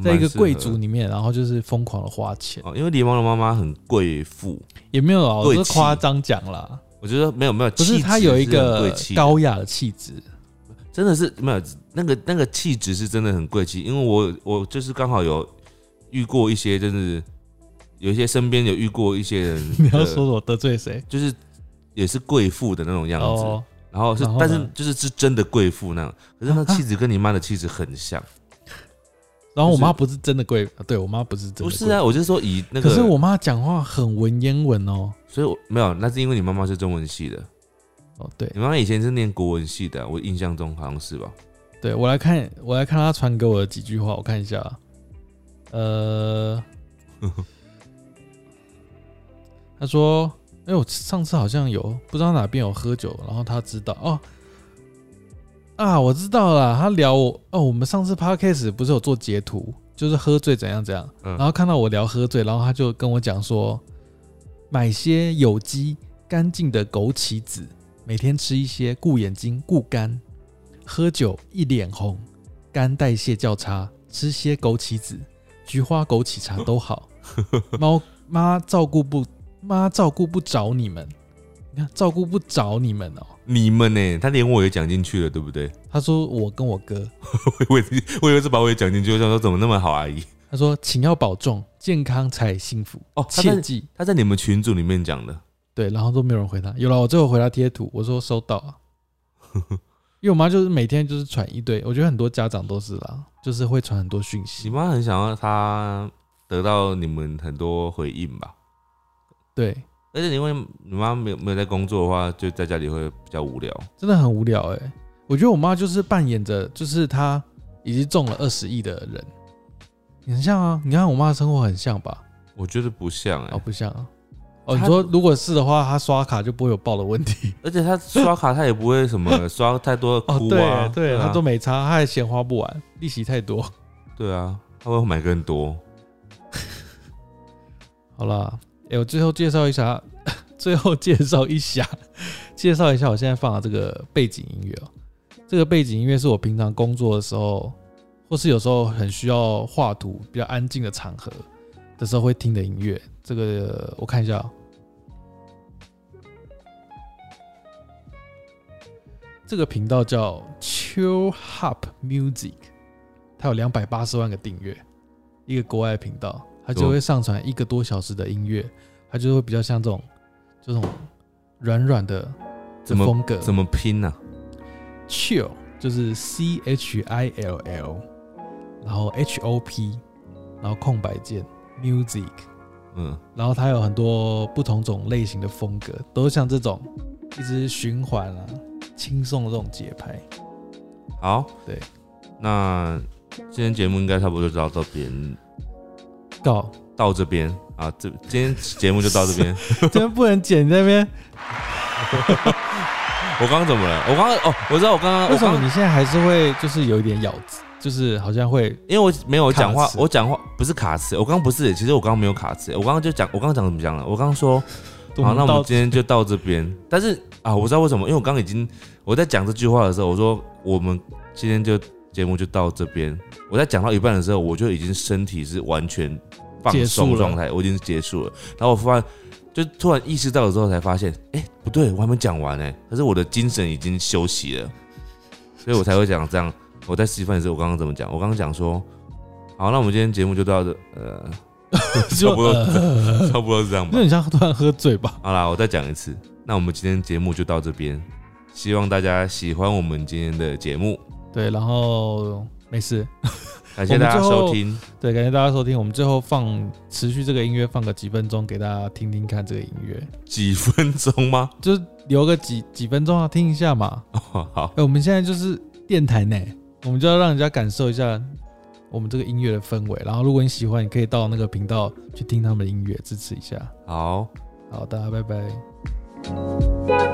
Speaker 1: <laughs> 在一个
Speaker 2: 蛮适合
Speaker 1: 贵族里面，然后就是疯狂的花钱，
Speaker 2: 哦，因为狸猫的妈妈很贵妇，
Speaker 1: 也没有啊，我
Speaker 2: 贵
Speaker 1: 是
Speaker 2: 气
Speaker 1: 夸张讲啦，
Speaker 2: 我觉得没有没有，
Speaker 1: 不是
Speaker 2: 气质
Speaker 1: 他有一
Speaker 2: 很
Speaker 1: 个
Speaker 2: 贵气的
Speaker 1: 高雅的气质，，
Speaker 2: 真的是没有那个那个气质是真的很贵气，因为我我就是刚好有遇过一些，就是有一些身边有遇过一些人
Speaker 1: <laughs> 你要
Speaker 2: 呃
Speaker 1: 说我得罪谁？
Speaker 2: 就是也是贵妇的那种样子，
Speaker 1: 哦，
Speaker 2: 然后是
Speaker 1: 然后呢
Speaker 2: 但是就是是真的贵妇那样，可是她
Speaker 1: 啊
Speaker 2: 气质跟你妈的气质很像，
Speaker 1: 然后我
Speaker 2: 就是
Speaker 1: 妈不是真的贵，啊对我妈不是 <laughs> 真的，
Speaker 2: 不是啊？，我就说以那个，
Speaker 1: 可是我妈讲话很文言文哦，
Speaker 2: 所以我没有，那是因为你妈妈是中文系的，
Speaker 1: 哦对
Speaker 2: 你妈妈以前是念国文系的啊、我印象中好像是吧？
Speaker 1: 对，我来看我来看她传给我的几句话，我看一下，呃，她说，哎、我上次好像有不知道哪边有喝酒，然后她知道哦。啊，我知道了，她聊我哦，我们上次 podcast 不是有做截图，就是喝醉怎样怎样，
Speaker 2: 嗯
Speaker 1: 然后看到我聊喝醉，然后他就跟我讲说，买些有机干净的枸杞子，每天吃一些，顾眼睛顾肝，喝酒一脸红，肝代谢较差，吃些枸杞子，菊花枸杞茶都好。猫妈照顾不妈照顾不着你们，你看照顾不着你们哦。
Speaker 2: 你们呢、她连我也讲进去了，对不对？ <laughs>
Speaker 1: 他说我跟我哥，
Speaker 2: 我以为我以为是把我也讲进去，我想说怎么那么好，阿姨。
Speaker 1: 他说请要保重，健康才幸福，
Speaker 2: 哦，她
Speaker 1: 切
Speaker 2: 在
Speaker 1: 记。
Speaker 2: 她在你们群组里面讲的，
Speaker 1: 对，然后都没有人回他。有了，我最后回他贴图，我说收到啊。因为我妈就是每天就是传一堆，我觉得很多家长都是啦，就是会传很多讯
Speaker 2: 你
Speaker 1: 息。
Speaker 2: 妈很想要她得到你们很多回应吧？
Speaker 1: 对，
Speaker 2: 而且因为你妈没有没有在工作的话，就在家里会比较无聊。
Speaker 1: 真的很无聊哎、我觉得我妈就是扮演着，就是她已经中了二十亿的人，你很像啊。你看我妈的生活很像吧？
Speaker 2: 我觉得不像哎、
Speaker 1: 哦，不像啊。哦，你
Speaker 2: 她
Speaker 1: 说如果是的话，她刷卡就不会有爆的问
Speaker 2: <laughs>
Speaker 1: 题。
Speaker 2: 而且她刷卡她也不会什么刷太多的
Speaker 1: 哦，
Speaker 2: 哭啊
Speaker 1: 对，对，
Speaker 2: 啊
Speaker 1: 她都没差，她还嫌花不完，利息太多。
Speaker 2: 对啊，她会买更多。
Speaker 1: 好啦，哎、我最后介绍一下， <laughs> 最后介绍一下，介绍一下我现在放的这个背景音乐哦、这个背景音乐是我平常工作的时候，或是有时候很需要画图、比较安静的场合的时候会听的音乐。这个我看一下哦、这个频道叫 Chill Hop Music，它有两百八十万个订阅，一个国外的频道，它就会上传一个多小时的音乐，它就会比较像这种这种软软的这
Speaker 2: 怎么
Speaker 1: 风格，
Speaker 2: 怎么拼啊呢、
Speaker 1: chill 就是 C H I L L，然后 H O P，然后空白键 music，
Speaker 2: 嗯，
Speaker 1: 然后它有很多不同种类型的风格，都像这种一直循环啊，轻松的这种节拍。
Speaker 2: 好，
Speaker 1: 对，
Speaker 2: 那今天节目应该差不多就到这边，
Speaker 1: 告，
Speaker 2: 到这边啊，这今天节目就到
Speaker 1: <laughs>
Speaker 2: 这边。
Speaker 1: 这边不能剪，这
Speaker 2: <laughs>
Speaker 1: 边
Speaker 2: 我刚刚怎么了？我刚刚哦，我知道我刚刚
Speaker 1: 为
Speaker 2: 我
Speaker 1: 什
Speaker 2: 刚
Speaker 1: 么
Speaker 2: 刚
Speaker 1: 你现在还是会就是有一点咬字，就是好像会
Speaker 2: 因为我没有讲话
Speaker 1: 卡，词
Speaker 2: 我讲话不是卡词，我刚刚不是，其实我刚刚没有卡词，我刚刚就讲，我刚刚讲怎么讲了？我刚刚说好，那我们今天就到这边。 <laughs> 但是啊，我知道为什么，因为我刚刚已经我在讲这句话的时候，我说我们今天就节目就到这边。我在讲到一半的时候，我就已经身体是完全放
Speaker 1: 结束
Speaker 2: 松
Speaker 1: 了
Speaker 2: 状态，我已经结束了。然后我发现，就突然意识到的时候，才发现，哎、不对，我还没讲完哎、可是我的精神已经休息了，所以我才会讲这样。我在吃饭的时候，我刚刚怎么讲？我刚刚讲说，好，那我们今天节目就到这，呃， <laughs>
Speaker 1: 就
Speaker 2: 差不多
Speaker 1: 呃 <laughs>
Speaker 2: 差不多是这样 <laughs> 吧
Speaker 1: 那。很像突然喝醉吧？
Speaker 2: 好啦，我再讲一次。那我们今天节目就到这边，希望大家喜欢我们今天的节目，
Speaker 1: 对，然后没事，
Speaker 2: 感谢大家
Speaker 1: 我们最后
Speaker 2: 收听。
Speaker 1: 对，感谢大家收听。我们最后放持续这个音乐放个几分钟，给大家听听看这个音乐，
Speaker 2: 几分钟吗？ <laughs>
Speaker 1: 就是留个几几分钟啊，听一下嘛。
Speaker 2: 哦好
Speaker 1: 哎、，我们现在就是电台呢，我们就要让人家感受一下我们这个音乐的氛围。然后，如果你喜欢，你可以到那个频道去听他们的音乐，支持一下。
Speaker 2: 好。
Speaker 1: 好，大家拜拜。
Speaker 4: thank